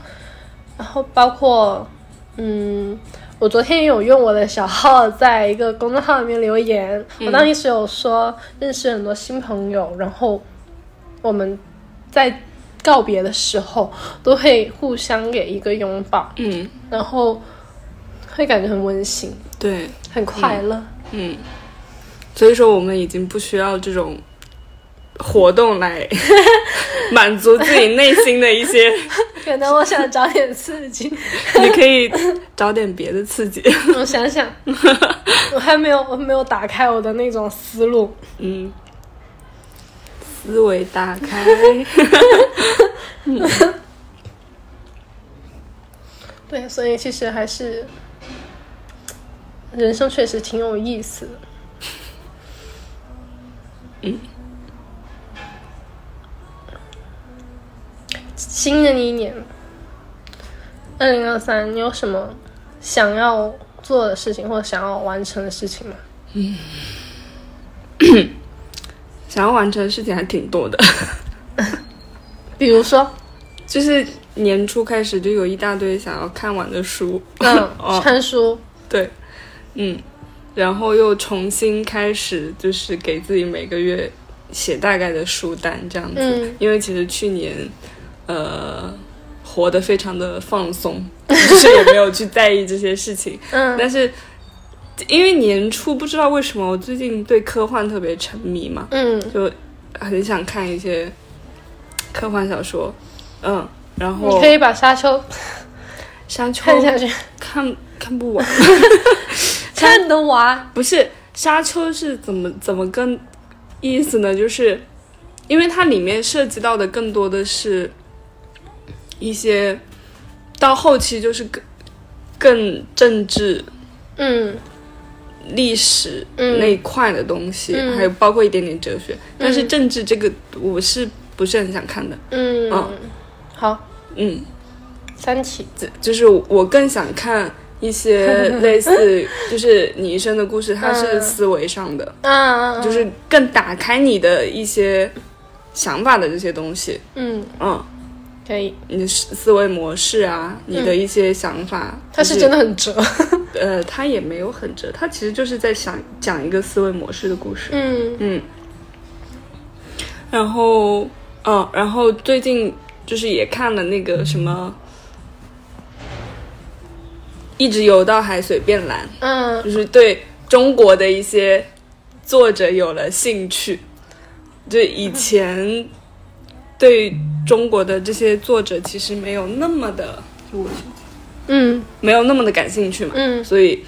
Speaker 3: 然后包括嗯。我昨天也有用我的小号在一个公众号里面留言，我当时有说认识很多新朋友，然后我们在告别的时候都会互相给一个拥抱，
Speaker 4: 嗯
Speaker 3: 然后会感觉很温馨，
Speaker 4: 对，
Speaker 3: 很快乐。
Speaker 4: 嗯，所以说我们已经不需要这种活动 来满足自己内心的一些，
Speaker 3: 可能我想找点刺激。
Speaker 4: 你可以找点别的刺激。
Speaker 3: 我想想，我还没有，我没有打开我的那种思路。
Speaker 4: 嗯，思维打开。
Speaker 3: 对，所以其实还是人生确实挺有意思的。新的一年，二零二三，你有什么想要做的事情或者想要完成的事情吗？
Speaker 4: 想要完成的事情还挺多的，
Speaker 3: 比如说，
Speaker 4: 就是年初开始就有一大堆想要看完的书。哦
Speaker 3: 嗯，看书，
Speaker 4: 对，嗯，然后又重新开始，就是给自己每个月写大概的书单这样子，
Speaker 3: 嗯
Speaker 4: 因为其实去年，呃，活得非常的放 松，就是也没有去在意这些事情，
Speaker 3: 嗯，
Speaker 4: 但是。因为年初不知道为什么我最近对科幻特别沉迷嘛，
Speaker 3: 嗯
Speaker 4: 就很想看一些科幻小说，嗯，然
Speaker 3: 你
Speaker 4: 后
Speaker 3: 可以把《沙丘》
Speaker 4: 山丘
Speaker 3: 看下 去，
Speaker 4: 看看不完，
Speaker 3: 看得完。
Speaker 4: 不是沙丘是怎么怎么个意思呢？就是因为它里面涉及到的更多的是一些到后期就是更更政治
Speaker 3: 嗯
Speaker 4: 历史
Speaker 3: 嗯
Speaker 4: 那一块的东西，
Speaker 3: 嗯
Speaker 4: 还有包括一点点哲学。但是
Speaker 3: 嗯
Speaker 4: 政治这个我是不是很想看的？
Speaker 3: 嗯，
Speaker 4: 嗯
Speaker 3: 好，《
Speaker 4: 嗯，
Speaker 3: 三体
Speaker 4: 这就是我更想看。一些类似就是你一生的故事，它是
Speaker 3: 嗯
Speaker 4: 思维上的，》
Speaker 3: 啊，嗯
Speaker 4: 就是更打开你的一些想法的这些东西，
Speaker 3: 嗯，
Speaker 4: 嗯，
Speaker 3: 可以，
Speaker 4: 你的思思维模式啊，你的一些想法，
Speaker 3: 嗯它
Speaker 4: 就是
Speaker 3: 真的，很折。
Speaker 4: 呃，它也没有很折，它其实就是在想讲一个思维模式的故事，
Speaker 3: 嗯
Speaker 4: 嗯，然后，嗯，然后最近就是也看了那个什么。一直游到海随便蓝，
Speaker 3: 嗯
Speaker 4: 就，是对中国的一些作者有了兴趣。就以前对中国的这些作者其实没有那么的，
Speaker 3: 嗯
Speaker 4: 没有那么的感兴趣嘛。
Speaker 3: 嗯
Speaker 4: 所以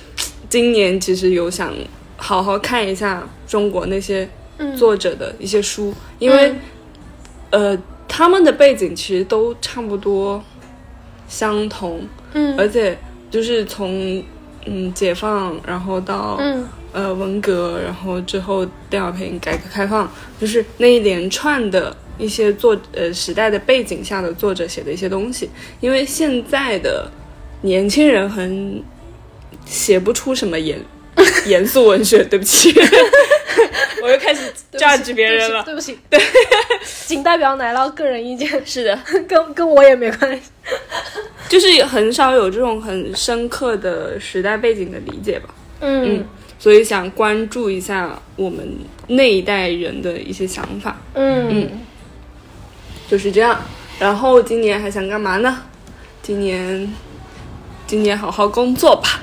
Speaker 4: 今年其实有想好好看一下中国那些
Speaker 3: 嗯，
Speaker 4: 作者的一些书，因为、呃，他们的背景其实都差不多相同，
Speaker 3: 嗯
Speaker 4: 而且就是从嗯解放，然后到、
Speaker 3: 嗯
Speaker 4: 呃文革，然后之后邓小平改革开放，就是那一连串的一些作呃时代的背景下的作者写的一些东西，因为现在的年轻人很写不出什么严 严肃文学，对不起，我又开始 judge 别人了。
Speaker 3: 对不起，对不起，仅代表奶酪个人意 见，
Speaker 4: 是的，
Speaker 3: 跟跟我也没关系。
Speaker 4: 就是很少有这种很深刻的时代背景的理解吧。
Speaker 3: 嗯
Speaker 4: 所以想关注一下我们那一代人的一些想法，
Speaker 3: 嗯
Speaker 4: 就是这样。然后今年还想干嘛呢？今年，今年好好工作吧。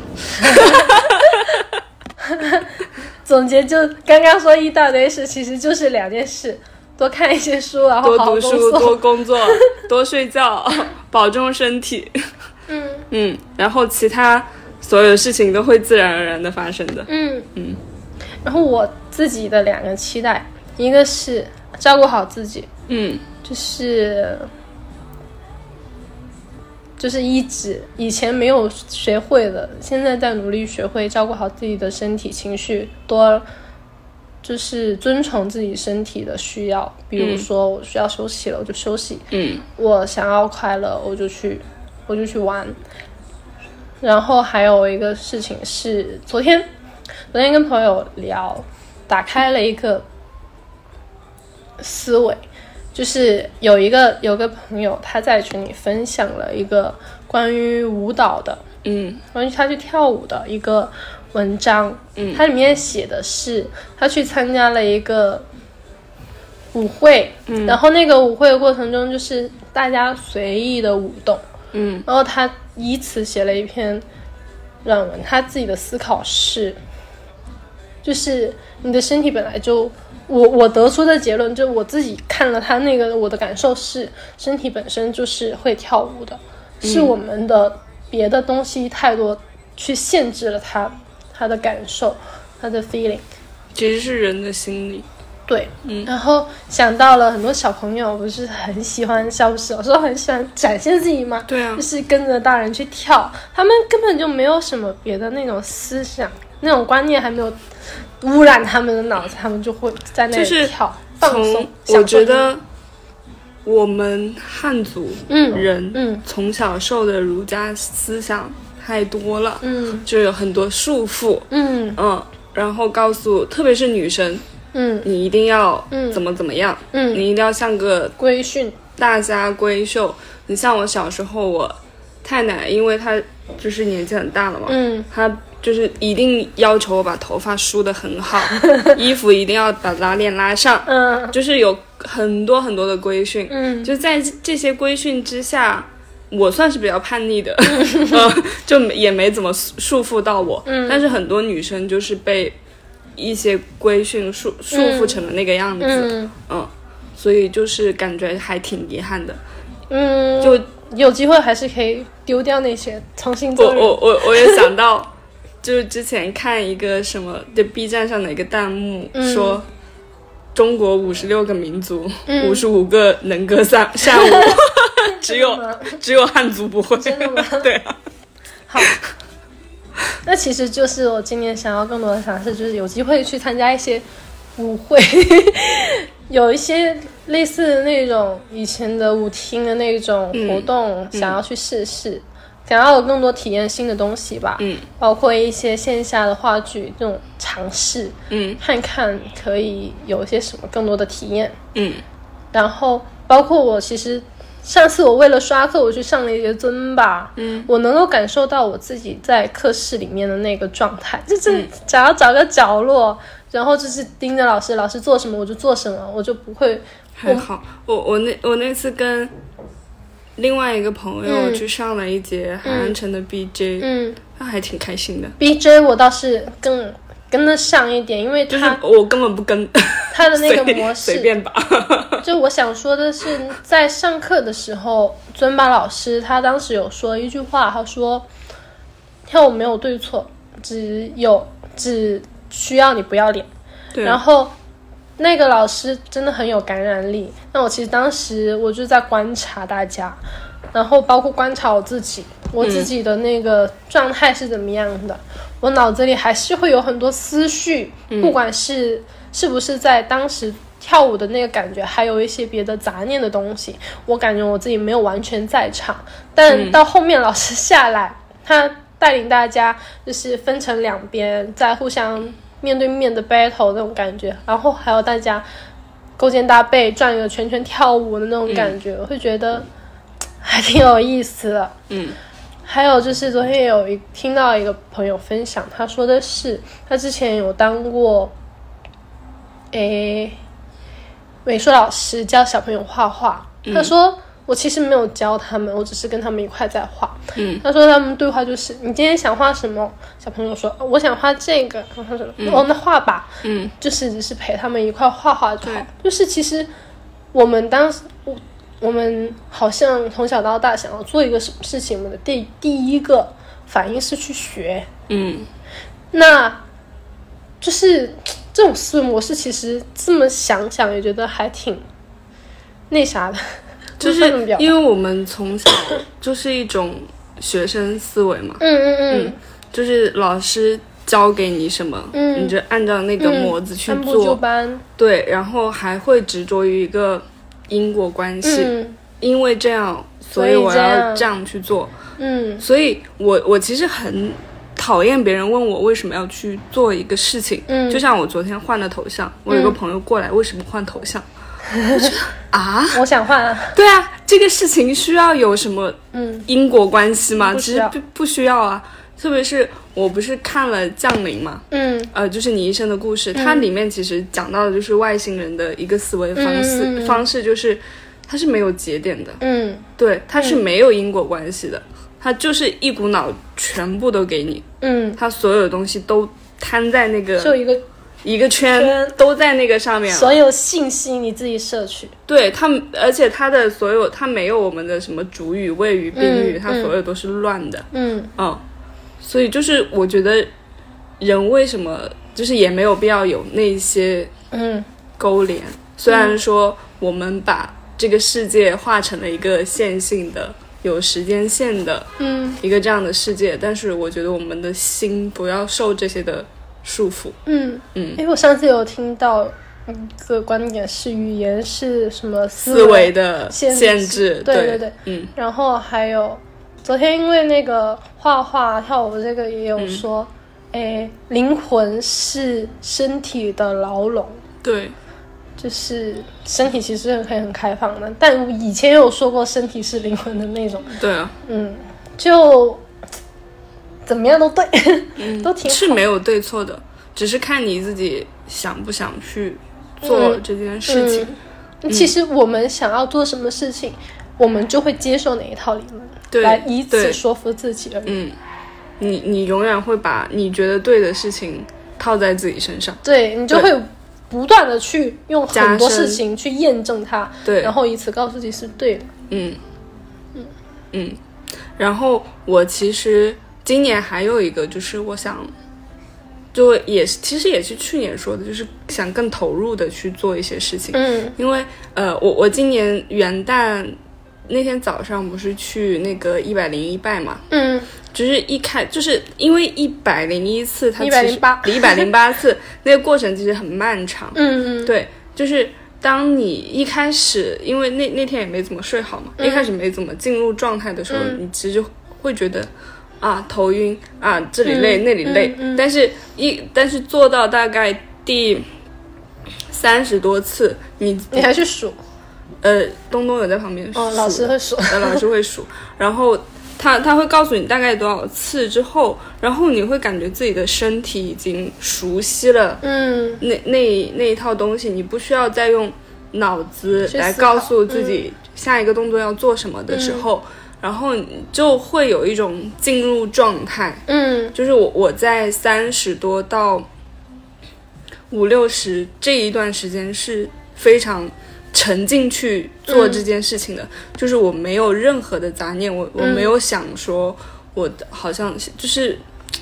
Speaker 3: 总结就刚刚说一到 S，其实就是两件事：多看一些书，然后
Speaker 4: 多
Speaker 3: 好好
Speaker 4: 读
Speaker 3: 工
Speaker 4: 书，
Speaker 3: 作
Speaker 4: 多工作， 多睡觉， 保重身体。
Speaker 3: 嗯
Speaker 4: 嗯，然后其他所有事情都会自然而然的发生的。
Speaker 3: 嗯
Speaker 4: 嗯。
Speaker 3: 然后我自己的两个期待，一个是照顾好自己，
Speaker 4: 嗯
Speaker 3: 就是就是一直以前没有学会的，现在在努力学会照顾好自己的身体、情绪，多就是遵从自己身体的需要。比如
Speaker 4: 嗯
Speaker 3: 说，我需要休息了，我就休息；
Speaker 4: 嗯
Speaker 3: 我想要快乐，我就去，我就去玩。然后还有一个事情是，昨天昨天跟朋友聊，打开了一个思维，就是有一个有个朋友他在群里分享了一个关于舞蹈的，
Speaker 4: 嗯
Speaker 3: 关于他去跳舞的一个文章，
Speaker 4: 嗯
Speaker 3: 它里面写的是他去参加了一个舞会，
Speaker 4: 嗯
Speaker 3: 然后那个舞会的过程中就是大家随意的舞动，
Speaker 4: 嗯
Speaker 3: 然后他以此写了一篇软文，他自己的思考是，就是你的身体本来就。我我得出的结论，就我自己看了他那个，我的感受是，身体本身就是会跳舞的，是我们的别的东西太多去限制了他他的感受，他的 feeling。
Speaker 4: 其实是人的心理。
Speaker 3: 对，
Speaker 4: 嗯
Speaker 3: 然后想到了很多小朋友不是很喜欢消小时候很喜欢展现自己吗？
Speaker 4: 对啊
Speaker 3: 就是跟着大人去跳，他们根本就没有什么别的那种思想、那种观念，还没有污染他们的脑子，他们就会在那
Speaker 4: 就是
Speaker 3: 里跳、放松
Speaker 4: 从。
Speaker 3: 享
Speaker 4: 我
Speaker 3: 受
Speaker 4: 觉得我们汉族
Speaker 3: 嗯
Speaker 4: 人，
Speaker 3: 嗯
Speaker 4: 从小受的儒家思想太多了，
Speaker 3: 嗯
Speaker 4: 就有很多束缚，
Speaker 3: 嗯
Speaker 4: 嗯，然后告诉，特别是女生，
Speaker 3: 嗯
Speaker 4: 你一定要
Speaker 3: 嗯
Speaker 4: 怎么怎么样，
Speaker 3: 嗯，
Speaker 4: 你一定要像个
Speaker 3: 规训，
Speaker 4: 大家闺秀。你像我小时候，我太奶，因为她就是年纪很大了嘛，
Speaker 3: 嗯
Speaker 4: 她就是一定要求我把头发梳得很 好，衣服一定要把拉链拉上，
Speaker 3: 嗯
Speaker 4: 就是有很多很多的规训，
Speaker 3: 嗯
Speaker 4: 就在这些规训之下，我算是比较叛 逆的，嗯，就也没怎么束缚到我。
Speaker 3: 嗯
Speaker 4: 但是很多女生就是被一些规训束束缚成了那个样子，
Speaker 3: 嗯
Speaker 4: 所以就是感觉还挺遗憾的。
Speaker 3: 嗯，
Speaker 4: 就
Speaker 3: 有机会还是可以丢掉那些，重新
Speaker 4: 我
Speaker 3: 做人。
Speaker 4: 我我我也想到， 就是之前看一个什么的 B 站上的一个弹幕
Speaker 3: 嗯
Speaker 4: 说。中国五十六个民族，
Speaker 3: 嗯
Speaker 4: 五十五个能歌善 善舞， 只有
Speaker 3: 真的吗
Speaker 4: 只有汉族不会。
Speaker 3: 真的吗
Speaker 4: 对啊，
Speaker 3: 好， 那其实就是我今年想要更多的尝试，就是有机会去参加一些舞会， 有一些类似那种以前的舞厅的那种
Speaker 4: 嗯
Speaker 3: 活动，想要去试试，想要有更多体验新的东西吧。
Speaker 4: 嗯
Speaker 3: 包括一些线下的话剧这种尝试，
Speaker 4: 嗯
Speaker 3: 看看可以有一些什么更多的体验。
Speaker 4: 嗯
Speaker 3: 然后包括我其实上次我为了刷课，我去上了一节尊吧，嗯，我能够感受到我自己在课室里面的那个状态，
Speaker 4: 嗯
Speaker 3: 就是想要找个角落，然后就是盯着老师，老师做什么我就做什么，我就不会，
Speaker 4: 还好。我我那我那次跟另外一个朋友
Speaker 3: 嗯
Speaker 4: 去上了一节海岸城的 BJ，、
Speaker 3: 嗯
Speaker 4: 那还挺开心的。
Speaker 3: B J 我倒是更跟得上一点，因为
Speaker 4: 就是
Speaker 3: 他
Speaker 4: 我根本不跟
Speaker 3: 他的那个
Speaker 4: 随
Speaker 3: 模
Speaker 4: 随
Speaker 3: 式，
Speaker 4: 便吧，
Speaker 3: 就我想说的是，在上课的时候，尊巴老师他当时有说一句话，他说跳舞没有对错，只有只需要你不要脸。
Speaker 4: 对，
Speaker 3: 然后那个老师真的很有感染力。那我其实当时我就在观察大家，然后包括观察我自己，我自己的那个状态是怎么样的。我脑子里还是会有很多思绪，不管是是不是在当时。跳舞的那个感觉，还有一些别的杂念的东西，我感觉我自己没有完全在场。但到后面老师下来，他带领大家就是分成两边，在互相面对面的 battle 那种感觉，然后还有大家勾肩搭背转一个圈圈跳舞的那种感觉，我会觉得还挺有意思的。
Speaker 4: 嗯，
Speaker 3: 还有就是昨天有一听到一个朋友分享，他说的是他之前有当过，诶，美术老师教小朋友画画。
Speaker 4: 嗯
Speaker 3: 他说我其实没有教他们，我只是跟他们一块在画。
Speaker 4: 嗯，
Speaker 3: 他说他们对话就是你今天想画什么？小朋友说哦我想画这个，然后他说、哦那画吧，
Speaker 4: 嗯，
Speaker 3: 就是只是陪他们一块画画就好
Speaker 4: 对。
Speaker 3: 就是其实我们当时我我们好像从小到大想要做一个什么事情，我们的第第一个反应是去学，
Speaker 4: 嗯，
Speaker 3: 那就是这种思维模式，其实这么想想也觉得还挺那啥的，
Speaker 4: 就
Speaker 3: 不知道怎
Speaker 4: 是
Speaker 3: 么表达
Speaker 4: 因为我们从小就是一种学生思维嘛，
Speaker 3: 嗯嗯嗯，
Speaker 4: 就是老师教给你什么，
Speaker 3: 嗯
Speaker 4: 你就按照那个模子去
Speaker 3: 按部就
Speaker 4: 做，
Speaker 3: 班，
Speaker 4: 对，然后还会执着于一个因果关系，
Speaker 3: 嗯
Speaker 4: 因为这样，所以
Speaker 3: 所以
Speaker 4: 我
Speaker 3: 这
Speaker 4: 要
Speaker 3: 样
Speaker 4: 这样去做，
Speaker 3: 嗯
Speaker 4: 所以我我其实很讨厌别人问我为什么要去做一个事情，
Speaker 3: 嗯
Speaker 4: 就像我昨天换了头像，我有个朋友过来，为什么换头像？
Speaker 3: 嗯
Speaker 4: 我觉得啊，
Speaker 3: 我想换、啊，
Speaker 4: 对啊，这个事情需要有什么
Speaker 3: 嗯
Speaker 4: 因果关系吗？
Speaker 3: 不
Speaker 4: 其
Speaker 3: 需
Speaker 4: 实
Speaker 3: 要
Speaker 4: 不不需要啊，特别是我不是看了《降临》嘛，
Speaker 3: 嗯
Speaker 4: 呃，就是你一生的故事，它里面其实讲到的就是外星人的一个思维方式，
Speaker 3: 嗯嗯嗯
Speaker 4: 方式就是它是没有节点的，
Speaker 3: 嗯
Speaker 4: 对，它是没有因果关系的，它就是一股脑全部都给你，
Speaker 3: 嗯，
Speaker 4: 它所有的东西都摊在那
Speaker 3: 就
Speaker 4: 个
Speaker 3: 一个
Speaker 4: 一个圈，
Speaker 3: 圈
Speaker 4: 都在那个上面了。
Speaker 3: 所有信息你自己摄取，
Speaker 4: 对它，而且它的所有，它没有我们的什么主语、谓语、宾语，
Speaker 3: 嗯
Speaker 4: 它所有都是乱的。
Speaker 3: 嗯
Speaker 4: 嗯，所以就是我觉得人为什么就是也没有必要有那些
Speaker 3: 嗯
Speaker 4: 勾连，虽然说我们把这个世界画成了一个线性的、有时间线的
Speaker 3: 嗯
Speaker 4: 一个这样的世界，但是我觉得我们的心不要受这些的束缚。
Speaker 3: 嗯
Speaker 4: 嗯
Speaker 3: 嗯，因为我上次有听到一个观点是语言是什么
Speaker 4: 思维的
Speaker 3: 限制
Speaker 4: 限制，
Speaker 3: 对
Speaker 4: 对
Speaker 3: 对对，
Speaker 4: 嗯
Speaker 3: 然后还有昨天因为那个画画跳舞这个也有说，
Speaker 4: 嗯
Speaker 3: 诶，灵魂是身体的牢笼，
Speaker 4: 对，
Speaker 3: 就是身体其实是可以很开放的，但以前有说过身体是灵魂的那种，
Speaker 4: 对啊，
Speaker 3: 嗯，就怎么样都对， 都挺
Speaker 4: 嗯是
Speaker 3: 好
Speaker 4: 没有对错的，只是看你自己想不想去做
Speaker 3: 嗯
Speaker 4: 这件事情。
Speaker 3: 嗯。其实我们想要做什么事情，我们就会接受哪一套理
Speaker 4: 对
Speaker 3: 论，来以
Speaker 4: 对
Speaker 3: 此说服自己而已。
Speaker 4: 嗯，你你永远会把你觉得对的事情套在自己身上，
Speaker 3: 对你就
Speaker 4: 对
Speaker 3: 会不断的去用很多
Speaker 4: 加深
Speaker 3: 事情去验证它，
Speaker 4: 对
Speaker 3: 然后以此告诉自己是对的。
Speaker 4: 嗯，嗯嗯。然后我其实今年还有一个，就是我想，就也是其实也是去年说的，就是想更投入的去做一些事情，
Speaker 3: 嗯
Speaker 4: 因为呃，我我今年元旦那天早上不是去那个一百零一拜嘛，
Speaker 3: 嗯
Speaker 4: 就是一开，就是因为一百零一次，它
Speaker 3: 108
Speaker 4: 一百零八次，那个过程其实很漫长。
Speaker 3: 嗯
Speaker 4: 对，就是当你一开始，因为那那天也没怎么睡好嘛，一开始没怎么进入状态的时候，你其实就会觉得啊头晕啊这里累、
Speaker 3: 嗯
Speaker 4: 那里累，
Speaker 3: 嗯嗯
Speaker 4: 但是一但是做到大概第三十多次，你
Speaker 3: 你还去数？
Speaker 4: 呃东东有在旁边数的，
Speaker 3: 哦，老师会数。
Speaker 4: 呃，老师会数，然后他他会告诉你大概多少次之后，然后你会感觉自己的身体已经熟悉了
Speaker 3: 嗯
Speaker 4: 那那那一套东西，你不需要再用脑子
Speaker 3: 去
Speaker 4: 来
Speaker 3: 思考嗯
Speaker 4: 告诉自己下一个动作要做什么的时候，然后你就会有一种进入状态。
Speaker 3: 嗯
Speaker 4: 就是我我在三十多到五六十这一段时间是非常沉浸去做这件事情的，就是我没有任何的杂念，我我
Speaker 3: 嗯
Speaker 4: 没有想说我的好像是就是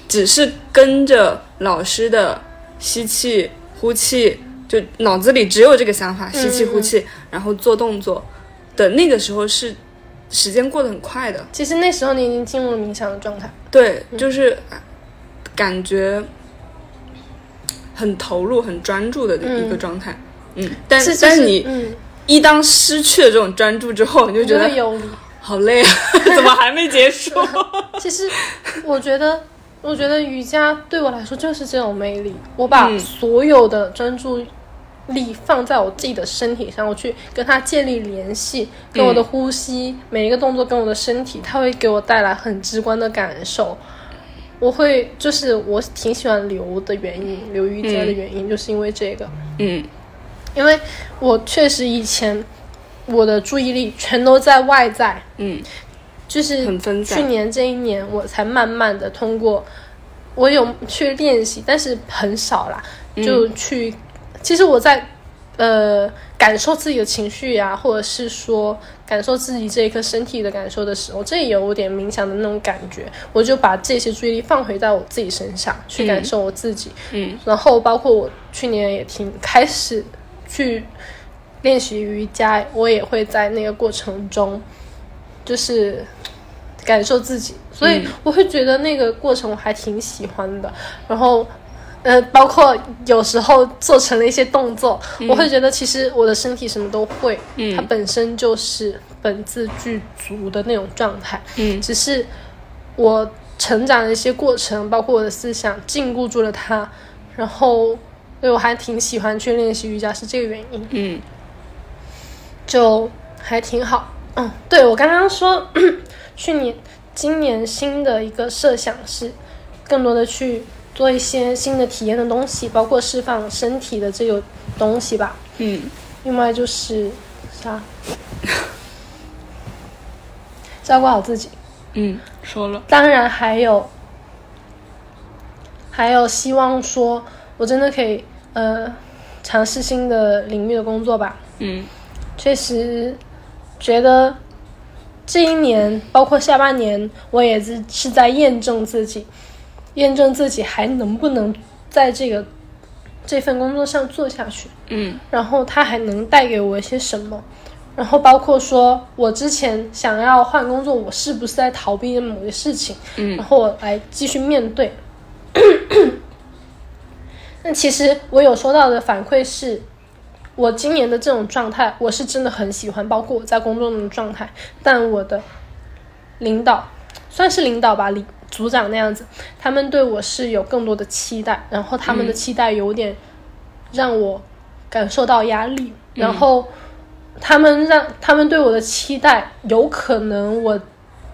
Speaker 4: 只是跟着老师的吸气呼气，就脑子里只有这个想法，吸气呼气，然后做动作的那个时候是时间过得很快的，
Speaker 3: 其实那时候你已经进入了冥想的状态。
Speaker 4: 对，
Speaker 3: 嗯
Speaker 4: 就是感觉很投入、很专注的一个状态。嗯，但
Speaker 3: 是，
Speaker 4: 但
Speaker 3: 是
Speaker 4: 是你
Speaker 3: 嗯，
Speaker 4: 一当失去了这种专注之后，你就觉
Speaker 3: 就会
Speaker 4: 得
Speaker 3: 游离。
Speaker 4: 好 累啊，怎么还没结束？
Speaker 3: 其实我觉得，我觉得瑜伽对我来说就是这种魅力。我把
Speaker 4: 嗯
Speaker 3: 所有的专注力放在我自己的身体上，我去跟它建立联系，跟我的呼吸、每一个动作跟我的身体，它会给我带来很直观的感受。我会就是我挺喜欢流的原因，流瑜伽的原因、就是因为这个。
Speaker 4: 嗯
Speaker 3: 因为我确实以前我的注意力全都在外在，
Speaker 4: 嗯，
Speaker 3: 就是
Speaker 4: 很分散
Speaker 3: 去年这一年，我才慢慢的通过我有去练习，但是很少啦，
Speaker 4: 嗯
Speaker 3: 就去。其实我在呃感受自己的情绪呀、或者是说感受自己这一刻身体的感受的时候，这也有点冥想的那种感觉。我就把这些注意力放回到我自己身上，去感受我自己。
Speaker 4: 嗯，
Speaker 3: 然后包括我去年也挺开始去练习瑜伽，我也会在那个过程中，就是感受自己，所
Speaker 4: 嗯
Speaker 3: 以我会觉得那个过程我还挺喜欢的。然后，呃，包括有时候做成了一些动作，我会觉得其实我的身体什么都会，
Speaker 4: 嗯
Speaker 3: 它本身就是本自具足的那种状态，
Speaker 4: 嗯
Speaker 3: 只是我成长的一些过程，包括我的思想禁锢住了它，然后。所以我还挺喜欢去练习瑜伽，是这个原因。
Speaker 4: 嗯
Speaker 3: 就还挺好。嗯，对我刚刚说，去年、今年新的一个设想是，更多的去做一些新的体验的东西，包括释放身体的这个东西吧。
Speaker 4: 嗯，
Speaker 3: 另外就是啥， 照顾好自己。
Speaker 4: 嗯，说了，
Speaker 3: 当然还有，还有希望说，我真的可以呃尝试新的领域的工作吧。
Speaker 4: 嗯
Speaker 3: 确实觉得这一年，包括下半年，我也是是在验证自己，验证自己还能不能在这个这份工作上做下去，
Speaker 4: 嗯
Speaker 3: 然后它还能带给我一些什么。然后包括说，我之前想要换工作，我是不是在逃避某些事情？
Speaker 4: 嗯
Speaker 3: 然后我来继续面对。 那其实我有收到的反馈是，我今年的这种状态，我是真的很喜欢，包括我在工作中的状态。但我的领导，算是领导吧，领组长那样子，他们对我是有更多的期待，然后他们的期待有点让我感受到压力，然后他们让他们对我的期待，有可能我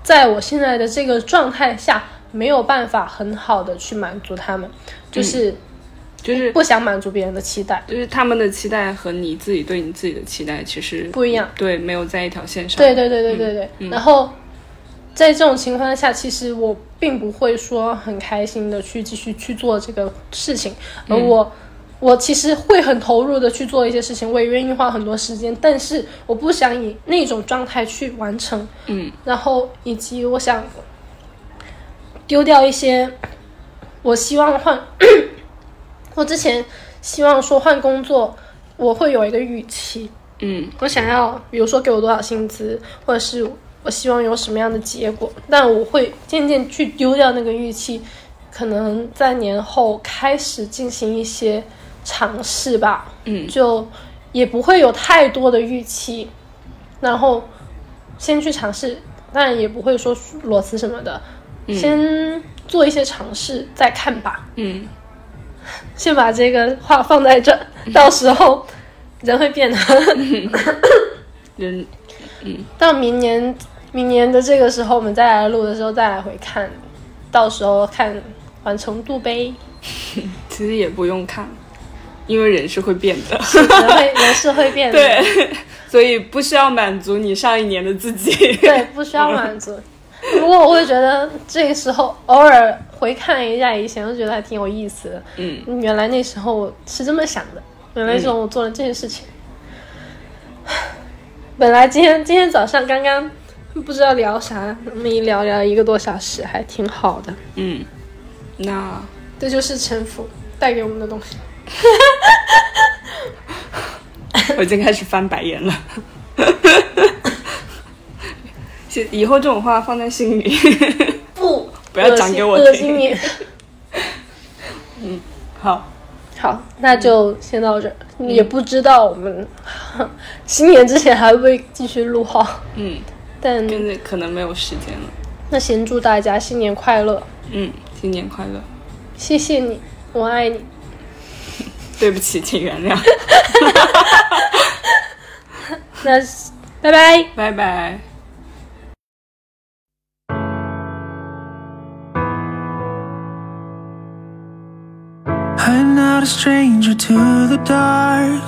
Speaker 3: 在我现在的这个状态下没有办法很好的去满足他们，就是
Speaker 4: 就是
Speaker 3: 不想满足别人的期待。
Speaker 4: 就是他们的期待和你自己对你自己的期待其实
Speaker 3: 不一样
Speaker 4: 对，没有在一条线上。
Speaker 3: 对对对对对对。
Speaker 4: 嗯
Speaker 3: 然后在这种情况下，其实我并不会说很开心的去继续去做这个事情，而
Speaker 4: 嗯
Speaker 3: 我、我其实会很投入的去做一些事情，我也愿意花很多时间，但是我不想以那种状态去完成，
Speaker 4: 嗯
Speaker 3: 然后以及我想丢掉一些我希望换， 我之前希望说换工作，我会有一个预期，
Speaker 4: 嗯
Speaker 3: 我想要，比如说给我多少薪资，或者是我希望有什么样的结果，但我会渐渐去丢掉那个预期，可能在年后开始进行一些尝试吧，
Speaker 4: 嗯
Speaker 3: 就也不会有太多的预期，然后先去尝试，但也不会说裸辞什么的，先做一些尝试再看吧。
Speaker 4: 嗯
Speaker 3: 先把这个话放在这，到时候人会变的。
Speaker 4: 人
Speaker 3: 到明年明年的这个时候，我们再来录的时候再来回看，到时候看完成度呗。
Speaker 4: 其实也不用看，因为人是会变的。
Speaker 3: 人会人是会变的，
Speaker 4: 对， 所以不需要满足你上一年的自己。
Speaker 3: 对，不需要满足。不过我会觉得这个时候偶尔回看一下以前，就觉得还挺有意思的。
Speaker 4: 嗯，
Speaker 3: 原来那时候我是这么想的，原来那时候我做了这件事情。
Speaker 4: 嗯
Speaker 3: 本来今天今天早上刚刚不知道聊啥，那么一聊聊一个多小时，还挺好的。
Speaker 4: 嗯，那
Speaker 3: 这就是沉浮带给我们的东西。
Speaker 4: 我已经开始翻白眼了。 是以后这种话放在心里。
Speaker 3: 不，
Speaker 4: 不要讲给我
Speaker 3: 恶
Speaker 4: 听
Speaker 3: 心你。
Speaker 4: 好，嗯
Speaker 3: 好，那就先到这儿。也不知道我们 新年之前还会不会继续录哈，
Speaker 4: 嗯，
Speaker 3: 但
Speaker 4: 现在可能没有时间了。
Speaker 3: 那先祝大家新年快乐，
Speaker 4: 嗯，新年快乐！
Speaker 3: 谢谢你，我爱你。
Speaker 4: 对不起，请原谅，
Speaker 3: 那 拜拜。
Speaker 4: 拜拜。
Speaker 1: I'm not a stranger to the dark.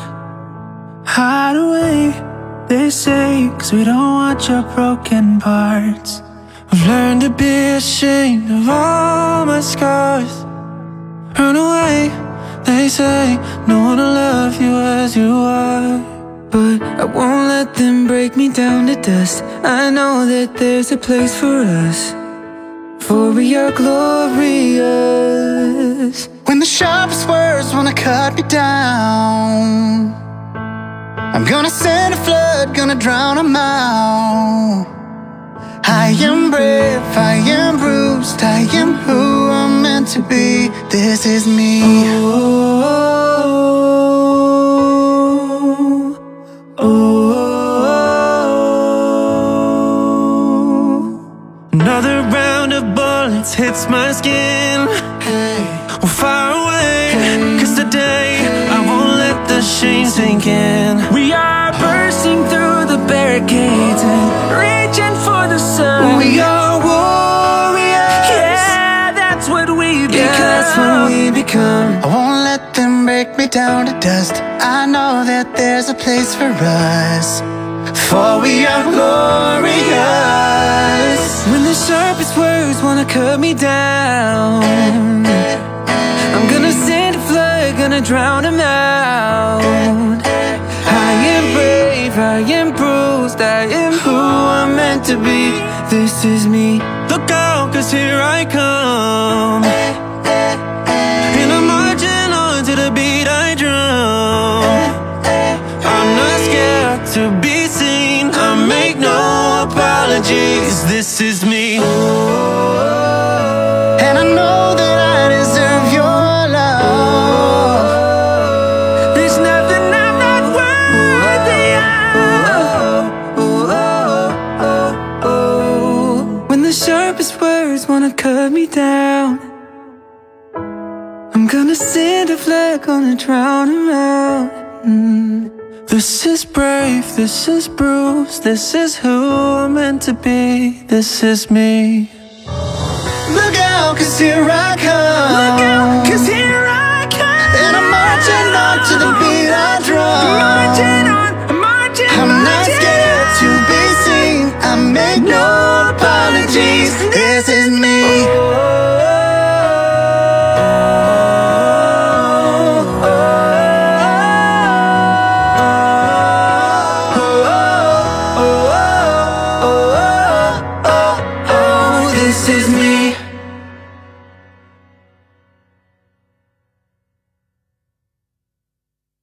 Speaker 1: Hide away, they say, cause we don't want your broken parts. I've learned to be ashamed of all my scars. Run away, they say, no one will love you as you are. But I won't let them break me down to dust. I know that there's a place for us, for we are glorious.
Speaker 2: When the sharpest words wanna cut me down, I'm gonna send a flood, gonna drown 'em out. I am brave, I am bruised, I am who I'm meant to be. This is me.
Speaker 1: Oh, oh, oh. Another round of bullets hits my skin. We're far away, cause today I won't let the shame sink in. We are bursting through the barricades and reaching for the sun.
Speaker 2: We are warriors.
Speaker 1: yeah, that's what we become.
Speaker 2: Yeah, that's what we
Speaker 1: become.
Speaker 2: I won't let them break me down to dust. I know that there's a place for us, for we are glorious.
Speaker 1: When the sharpest words wanna cut me down, I'm gonna send a flood, gonna drown them out. I am brave, I am bruised, I am who I'm meant to be. This is me. Look out, cause here I come. And I'm marching on to the beat I drum. I'm not scared to be seen. I make no apologies. This is me.
Speaker 2: And I know that I deserve your love.
Speaker 1: There's nothing I'm not worthy of. When the sharpest words wanna cut me down, I'm gonna send a flag, gonna drown 'em out. Mm. This is brave, this is bruised, this is who I'm meant to be, this is me.
Speaker 2: Look out, cause here I come.
Speaker 1: Look out, cause here I come.
Speaker 2: And I'm marching on to the beat I drum.
Speaker 1: I'm marching on, I'm marching,
Speaker 2: I'm not
Speaker 1: marching
Speaker 2: scared to be seen. I make no apologies. This is me.
Speaker 1: Oh, this is me.